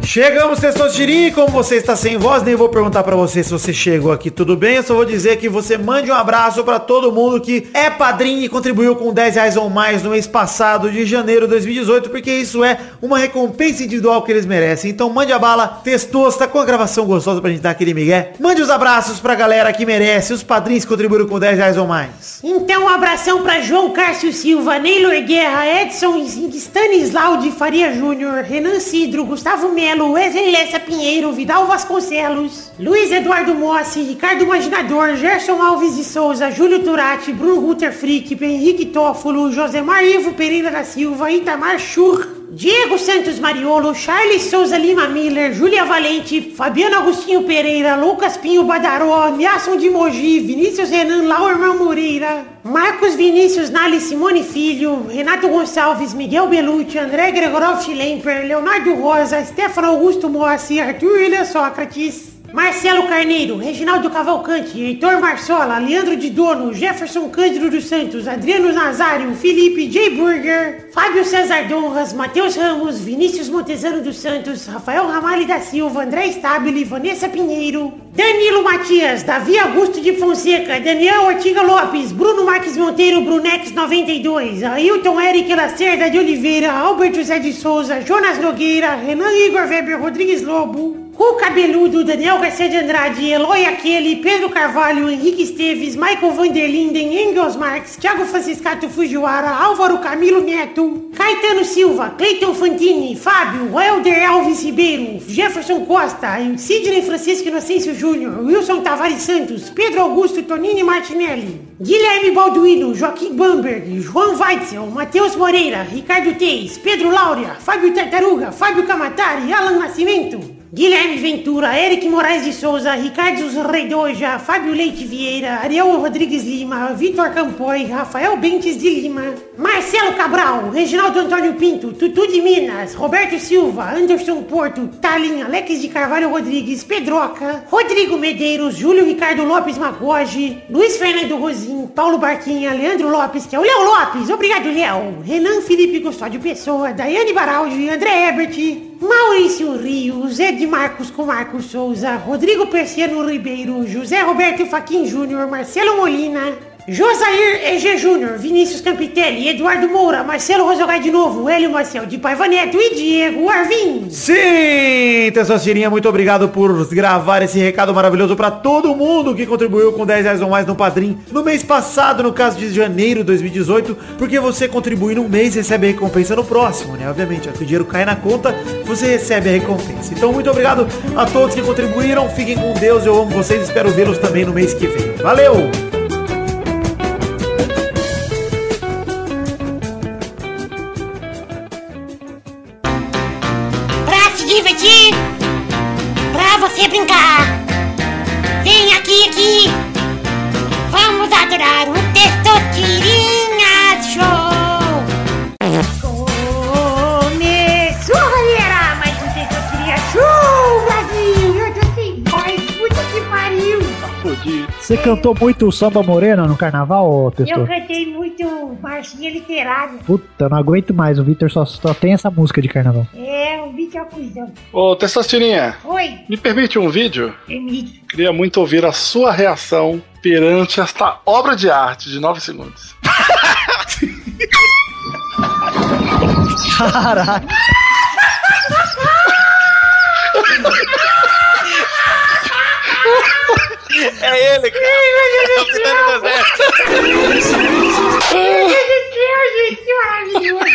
Speaker 4: Chegamos, Testostirinha, e como você está sem voz, nem vou perguntar pra você se você chegou aqui tudo bem, eu só vou dizer que você mande um abraço pra todo mundo que é padrinho e contribuiu com 10 reais ou mais no mês passado de janeiro de 2018, porque isso é uma recompensa individual que eles merecem. Então mande a bala, Testosta, com a gravação gostosa pra gente dar aquele migué. Mande os abraços pra galera que merece, os padrinhos que contribuíram com 10 reais ou mais.
Speaker 9: Então, um abração pra João Cássio Silva, Neylor Guerra, Edson Stanislau de Faria Júnior, Renan Cidro, Gustavo Melo, Wesley Lessa Pinheiro, Vidal Vasconcelos, Luiz Eduardo Mossi, Ricardo Imaginador, Gerson Alves de Souza, Júlio Turati, Bruno Guter Frick, Henrique Toffolo, Josemar Ivo Pereira da Silva, Itamar Schur, Diego Santos Mariolo, Charles Souza Lima Miller, Júlia Valente, Fabiano Agostinho Pereira, Lucas Pinho Badaró, Niasson de Mogi, Vinícius Renan, Laurman Moreira, Marcos Vinícius Nali Simone Filho, Renato Gonçalves, Miguel Belucci, André Gregorovic Lemper, Leonardo Rosa, Stefano Augusto Mossi, Arthur William Sócrates, Marcelo Carneiro, Reginaldo Cavalcante, Heitor Marçola, Leandro de Dono, Jefferson Cândido dos Santos, Adriano Nazário, Felipe J. Burger, Fábio César Donras, Matheus Ramos, Vinícius Montezano dos Santos, Rafael Ramalho da Silva, André Stabile, Vanessa Pinheiro, Danilo Matias, Davi Augusto de Fonseca, Daniel Ortiga Lopes, Bruno Marques Monteiro, Brunex 92, Ailton Eric Lacerda de Oliveira, Albert José de Souza, Jonas Nogueira, Renan Igor Weber, Rodrigues Lobo, o Cabeludo, Daniel Garcia de Andrade, Eloy Aquele, Pedro Carvalho, Henrique Esteves, Michael Vanderlinden, Engels Marx, Thiago Franciscato Fujiwara, Álvaro Camilo Neto, Caetano Silva, Cleiton Fantini, Fábio, Welder Alves Ribeiro, Jefferson Costa, Sidney Francisco Inocêncio Júnior, Wilson Tavares Santos, Pedro Augusto Tonini Martinelli, Guilherme Balduino, Joaquim Bamberg, João Weitzel, Matheus Moreira, Ricardo Teis, Pedro Laura, Fábio Tartaruga, Fábio Camatari, Alan Nascimento, Guilherme Ventura, Eric Moraes de Souza, Ricardo Redoja, Fábio Leite Vieira, Ariel Rodrigues Lima, Vitor Campoy, Rafael Bentes de Lima, Marcelo Cabral, Reginaldo Antônio Pinto, Tutu de Minas, Roberto Silva, Anderson Porto, Talin, Alex de Carvalho Rodrigues, Pedroca, Rodrigo Medeiros, Júlio Ricardo Lopes Magoge, Luiz Fernando Rosim, Paulo Barquinha, Leandro Lopes, que é o Léo Lopes, obrigado Léo, Renan Felipe Custódio Pessoa, Daiane Baraldi, André Ebert, Maurício Rios, Ed Marcos com Marcos Souza, Rodrigo Persiano Ribeiro, José Roberto Faquin Júnior, Marcelo Molina, Josair EG Júnior, Vinícius Campitelli, Eduardo Moura, Marcelo Rosogai de novo, Hélio Marcel de Paiva Neto e Diego Arvin.
Speaker 4: Sim, Tessocirinha, muito obrigado por gravar esse recado maravilhoso pra todo mundo que contribuiu com 10 reais ou mais no Padrim no mês passado, no caso de janeiro de 2018, porque você contribui num mês e recebe a recompensa no próximo, né? Obviamente, ó, que o dinheiro cai na conta, você recebe a recompensa. Então, muito obrigado a todos que contribuíram, fiquem com Deus, eu amo vocês, espero vê-los também no mês que vem. Valeu!
Speaker 9: Pra se divertir, pra você brincar. Vem aqui, aqui. Vamos adorar o Testosterinha Show. Começou, galera! Mais um Testosterinha Show, Brasil! Eu tô sem voz, puta que pariu!
Speaker 3: Você cantou muito o samba morena no carnaval, ô
Speaker 9: Eu
Speaker 3: Testor?
Speaker 9: cantei muito marchinha literária.
Speaker 3: Puta, eu não aguento mais. O Victor só, só tem essa música de carnaval.
Speaker 9: É, o bicho é o cuzão.
Speaker 6: Ô, Testosterinha,
Speaker 9: Oi,
Speaker 6: me permite um vídeo?
Speaker 9: Emílio.
Speaker 6: Queria muito ouvir a sua reação perante esta obra de arte de 9 segundos.
Speaker 3: Caraca.
Speaker 7: É ele, cara. É o Capitão do
Speaker 9: Meu Deus do
Speaker 7: Deserto.
Speaker 9: céu, gente, que maravilhoso!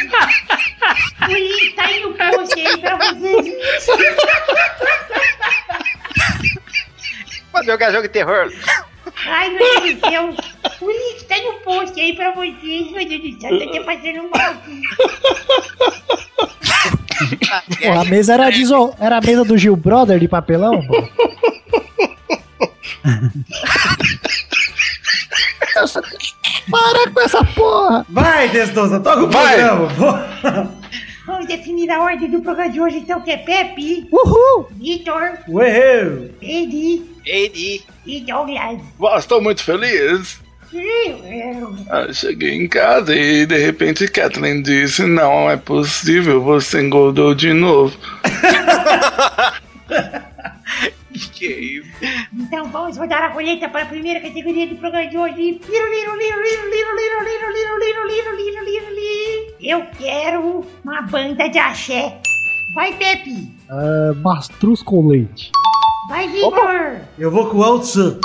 Speaker 9: O link tá aí no post aí pra vocês.
Speaker 7: Pode jogar jogo de terror.
Speaker 9: Ai, meu Deus do céu! O link tá no post aí pra vocês, meu Deus do céu, tá até fazendo mal.
Speaker 3: Pô, a mesa era, diso- era a mesa do Gil Brother de papelão? pô.
Speaker 8: Para com essa porra!
Speaker 4: Vai, Testosta, toca o
Speaker 8: Vai.
Speaker 4: programa.
Speaker 9: Vamos definir a ordem do programa de hoje, então, que é Pepe,
Speaker 3: Uhul!
Speaker 9: Vitor,
Speaker 4: Ué!
Speaker 9: Edi
Speaker 7: Ele.
Speaker 9: e Douglas.
Speaker 6: Bom, Estou muito feliz.
Speaker 9: Sim, eu-
Speaker 6: Ah, cheguei em casa e de repente Kathleen disse: Não é possível, você engordou de novo.
Speaker 7: Que isso?
Speaker 9: Então vamos rodar a roleta para a primeira categoria do programa de hoje. Liro, liro, liro, liro, liro, liro, liro, liro, liro, liro, liro, liro, liro. Eu quero uma banda de axé. Vai, Pepe.
Speaker 3: Ah, mastruz com leite.
Speaker 9: Vai, Vitor.
Speaker 4: Eu vou com o Altsu.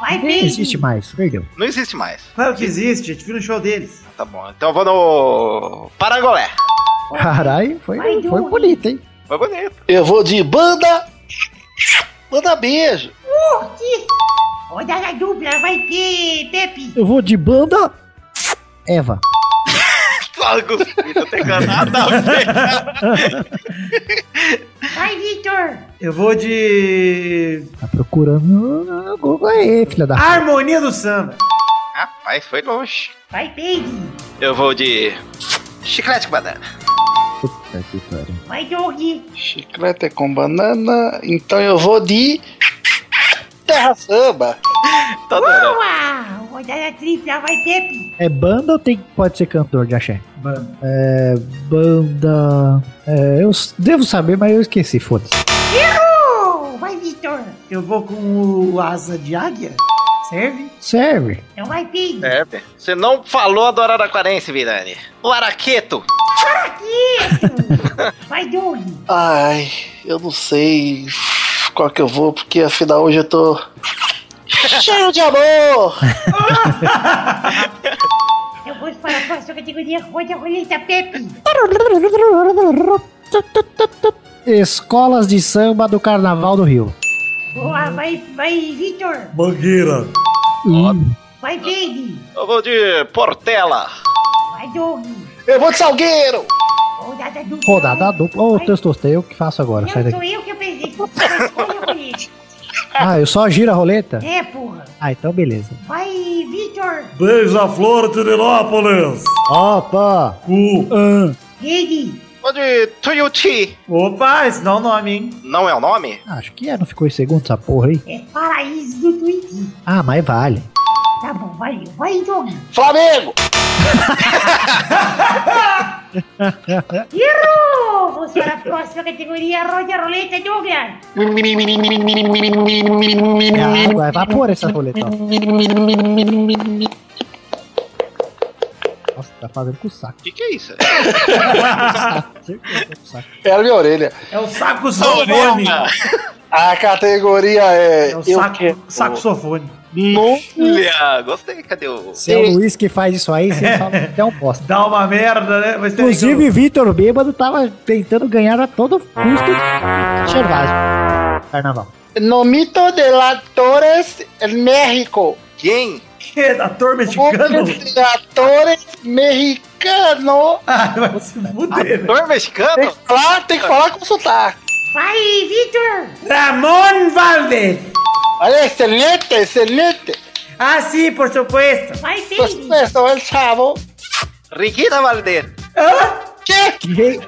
Speaker 9: Vai,
Speaker 3: Não
Speaker 9: Pepe.
Speaker 3: existe mais, perdeu.
Speaker 7: Não existe mais.
Speaker 4: Claro que existe, gente. Fui no show deles.
Speaker 7: Tá bom, então eu vou no. Paragolé.
Speaker 3: Caralho, foi,
Speaker 9: Vai,
Speaker 3: foi
Speaker 9: Doug.
Speaker 3: bonito, hein?
Speaker 7: Foi bonito.
Speaker 8: Eu vou de banda. Manda beijo.
Speaker 9: Uh, que... Rodada dupla. Vai, Pe- Pepe.
Speaker 3: Eu vou de banda. Eva.
Speaker 7: Sargo, não tem nada a
Speaker 4: ver.
Speaker 9: Vai, Victor!
Speaker 4: Eu vou de.
Speaker 3: Tá procurando no Google aí, filha da.
Speaker 4: Harmonia do samba.
Speaker 7: Rapaz, foi longe.
Speaker 9: Vai, Pig!
Speaker 7: Eu vou de. Chiclete com banana.
Speaker 12: Puta que pariu.
Speaker 9: Vai, Doug!
Speaker 8: Chiclete com banana, então eu vou de. Terra Samba.
Speaker 7: Tá adorando.
Speaker 9: Boa! Rodada tripla, vai, Pepe!
Speaker 3: É banda ou tem, pode ser cantor de axé?
Speaker 4: Banda.
Speaker 3: É. Banda. É, eu s- devo saber, mas eu esqueci, foda-se.
Speaker 9: Errou! Oh, Vai, Victor!
Speaker 4: Eu vou com o asa de águia. Serve?
Speaker 3: Serve.
Speaker 9: Então vai, Pig!
Speaker 7: É, Pê. você não falou do Araraquarense, Virani. O Araqueto.
Speaker 9: Para aqui! vai, Doug!
Speaker 8: Ai, eu não sei qual que eu vou, porque afinal hoje eu tô. Cheio de amor!
Speaker 9: Eu vou para a próxima categoria, roda a roleta, Pepe!
Speaker 3: Escolas de samba do Carnaval do Rio.
Speaker 9: Boa, vai, vai, Victor!
Speaker 2: Mangueira.
Speaker 9: Vai, Pig!
Speaker 7: Eu vou de Portela.
Speaker 9: Vai, Doug!
Speaker 8: Eu vou de Salgueiro!
Speaker 9: Rodada dupla!
Speaker 3: Rodada dupla. Ô, Testostei, eu que faço agora. Sai
Speaker 9: Não, sou
Speaker 3: daqui.
Speaker 9: eu que eu pensei. Escolha a roleta.
Speaker 3: Ah, eu só giro a roleta?
Speaker 9: É, porra.
Speaker 3: Ah, então beleza.
Speaker 9: Vai, Victor.
Speaker 2: Beija-flor, Tirinópolis.
Speaker 3: Opa!
Speaker 2: Cu.
Speaker 9: Pig.
Speaker 7: Vou de Tuiuti.
Speaker 4: Opa, esse não é o nome, hein?
Speaker 7: Não é o nome?
Speaker 3: Acho que é, não ficou em segundo essa porra aí.
Speaker 9: É paraíso do Twitch.
Speaker 3: Ah, mas vale.
Speaker 9: Tá bom, valeu. Vai, Doug.
Speaker 8: Flamengo!
Speaker 9: Errou! Vamos para a próxima categoria. Roda a roleta, Douglas.
Speaker 3: É água, evapora essa roleta. ó. Nossa, tá fazendo com o saco. é
Speaker 7: O que, que é isso?
Speaker 8: Era minha orelha.
Speaker 4: É o saco
Speaker 8: Orelha.
Speaker 4: sofone.
Speaker 8: A categoria é.
Speaker 4: É o
Speaker 8: eu
Speaker 4: saco,
Speaker 8: quero-
Speaker 4: saco sofone.
Speaker 7: Olha, gostei. Cadê o.
Speaker 3: Se é o Luiz que faz isso aí, você fala que é um bosta.
Speaker 4: Dá uma merda, né? Mas tem
Speaker 3: Inclusive, Vitor Bêbado tava tentando ganhar a todo custo Gervásio. Carnaval.
Speaker 8: Nomito de Latores México.
Speaker 7: Quem?
Speaker 4: que- que da turma mexicana.
Speaker 8: de Latores Mexicano.
Speaker 4: Ah, vai se fuder, né?
Speaker 7: Ator
Speaker 8: Tem
Speaker 7: mexicano?
Speaker 8: que falar, tem que falar com sotaque.
Speaker 9: Vai, Victor.
Speaker 4: Ramon Valdez.
Speaker 8: Olha, excelente, excelente.
Speaker 4: Ah, sim, por supuesto.
Speaker 9: Vai,
Speaker 8: Por
Speaker 9: Pig.
Speaker 8: supuesto, el chavo.
Speaker 7: Riquita Valdez.
Speaker 8: Que?
Speaker 3: Que?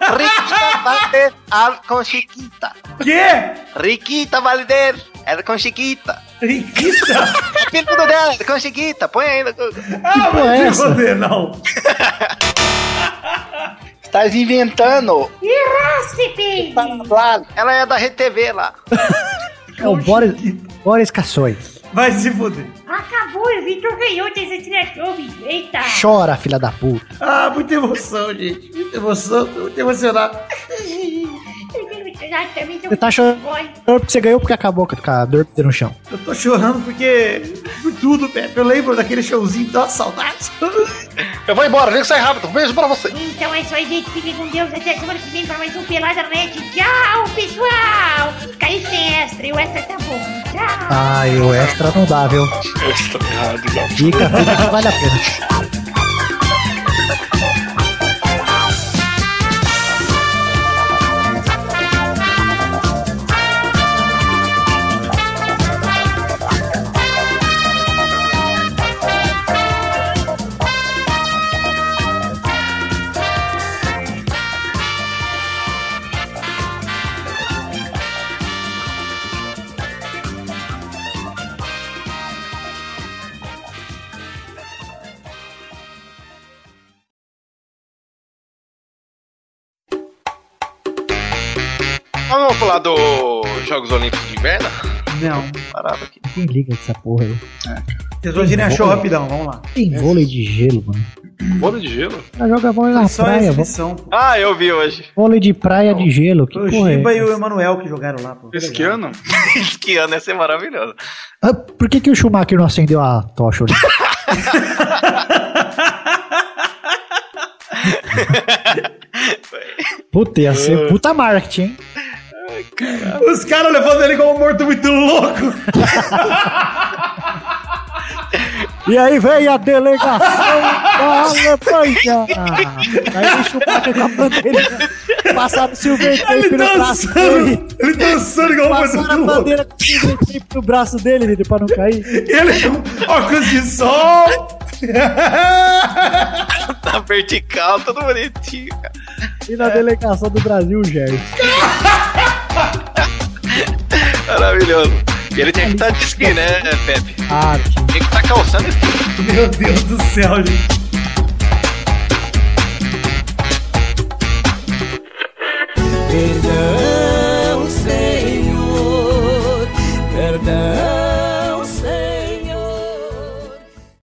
Speaker 7: Riquita Valdez al con Chiquita.
Speaker 4: Quê?
Speaker 7: Riquita Valdez era com Chiquita.
Speaker 4: Riquita?
Speaker 7: É apelido dela, era com Chiquita. Põe ainda.
Speaker 4: Ah,
Speaker 3: porra é
Speaker 4: vai se
Speaker 3: essa?
Speaker 4: fuder, não.
Speaker 8: Estás inventando.
Speaker 9: Erraste, Pig.
Speaker 3: Tá.
Speaker 8: Claro.
Speaker 7: Ela é da RTV lá.
Speaker 3: É o Boris, Boris Cações.
Speaker 4: Vai se fuder.
Speaker 9: Acabou, o Victor ganhou desse diretor, bicho. Eita.
Speaker 3: Chora, filha da puta.
Speaker 4: Ah, muita emoção, gente. Muita emoção, tô muito emocionado.
Speaker 9: Eu tenho que tirar também, seu
Speaker 3: Você tá chorando
Speaker 9: boy.
Speaker 3: porque você ganhou porque acabou com a dor no chão.
Speaker 4: Eu tô chorando porque. Por tudo, Pepe. Eu lembro daquele showzinho, dá uma saudade.
Speaker 8: Eu vou embora, tem que sair rápido. Beijo pra você.
Speaker 9: Então é isso aí, gente. Fiquem com Deus. Até semana que vem para mais um Pelada na Net. Tchau, pessoal. Fica aí sem extra. E o extra tá bom. Tchau.
Speaker 3: Ai, o extra não dá, viu? Fica, fica que vale a pena.
Speaker 7: Vamos falar dos Jogos Olímpicos de Inverno?
Speaker 4: Não.
Speaker 7: Parado aqui.
Speaker 3: Quem liga dessa porra aí?
Speaker 4: Tesouro a show rapidão, vamos lá.
Speaker 3: Tem vôlei de gelo, mano.
Speaker 6: Bolo de gelo?
Speaker 3: Ela joga vôlei na
Speaker 4: Foi só a
Speaker 3: Tá, praia. vó-
Speaker 4: inscrição.
Speaker 7: Ah, eu vi hoje.
Speaker 3: Vôlei de praia de gelo. Que
Speaker 4: Foi o
Speaker 3: porra é?
Speaker 4: Shiba e o Emanuel que jogaram lá, pô.
Speaker 6: Esse que ano?
Speaker 7: que ano ia ser maravilhoso.
Speaker 3: Ah, Por que, que o Schumacher não acendeu a tocha ali? Puta, ia ser puta marketing, hein?
Speaker 4: Os caras levando ele como morto muito louco.
Speaker 3: E aí vem a delegação Fala, panha! Aí deixa o Paca com a bandeira. Passaram o silver tape no braço dele.
Speaker 4: Ele dançando igual um uma coisa
Speaker 3: Passaram tá assim. a
Speaker 4: louca.
Speaker 3: bandeira com o silver tape no braço dele, Lili, pra não cair.
Speaker 4: Ele com óculos de sol.
Speaker 7: Tá vertical, todo bonitinho, cara.
Speaker 3: E na delegação do Brasil, Gerson.
Speaker 7: Maravilhoso. E ele tinha que estar de skin, né, Pepe?
Speaker 3: Claro.
Speaker 7: Tinha que estar calçando skin.
Speaker 4: Meu Deus do céu, gente.
Speaker 13: Perdão, Senhor, perdão.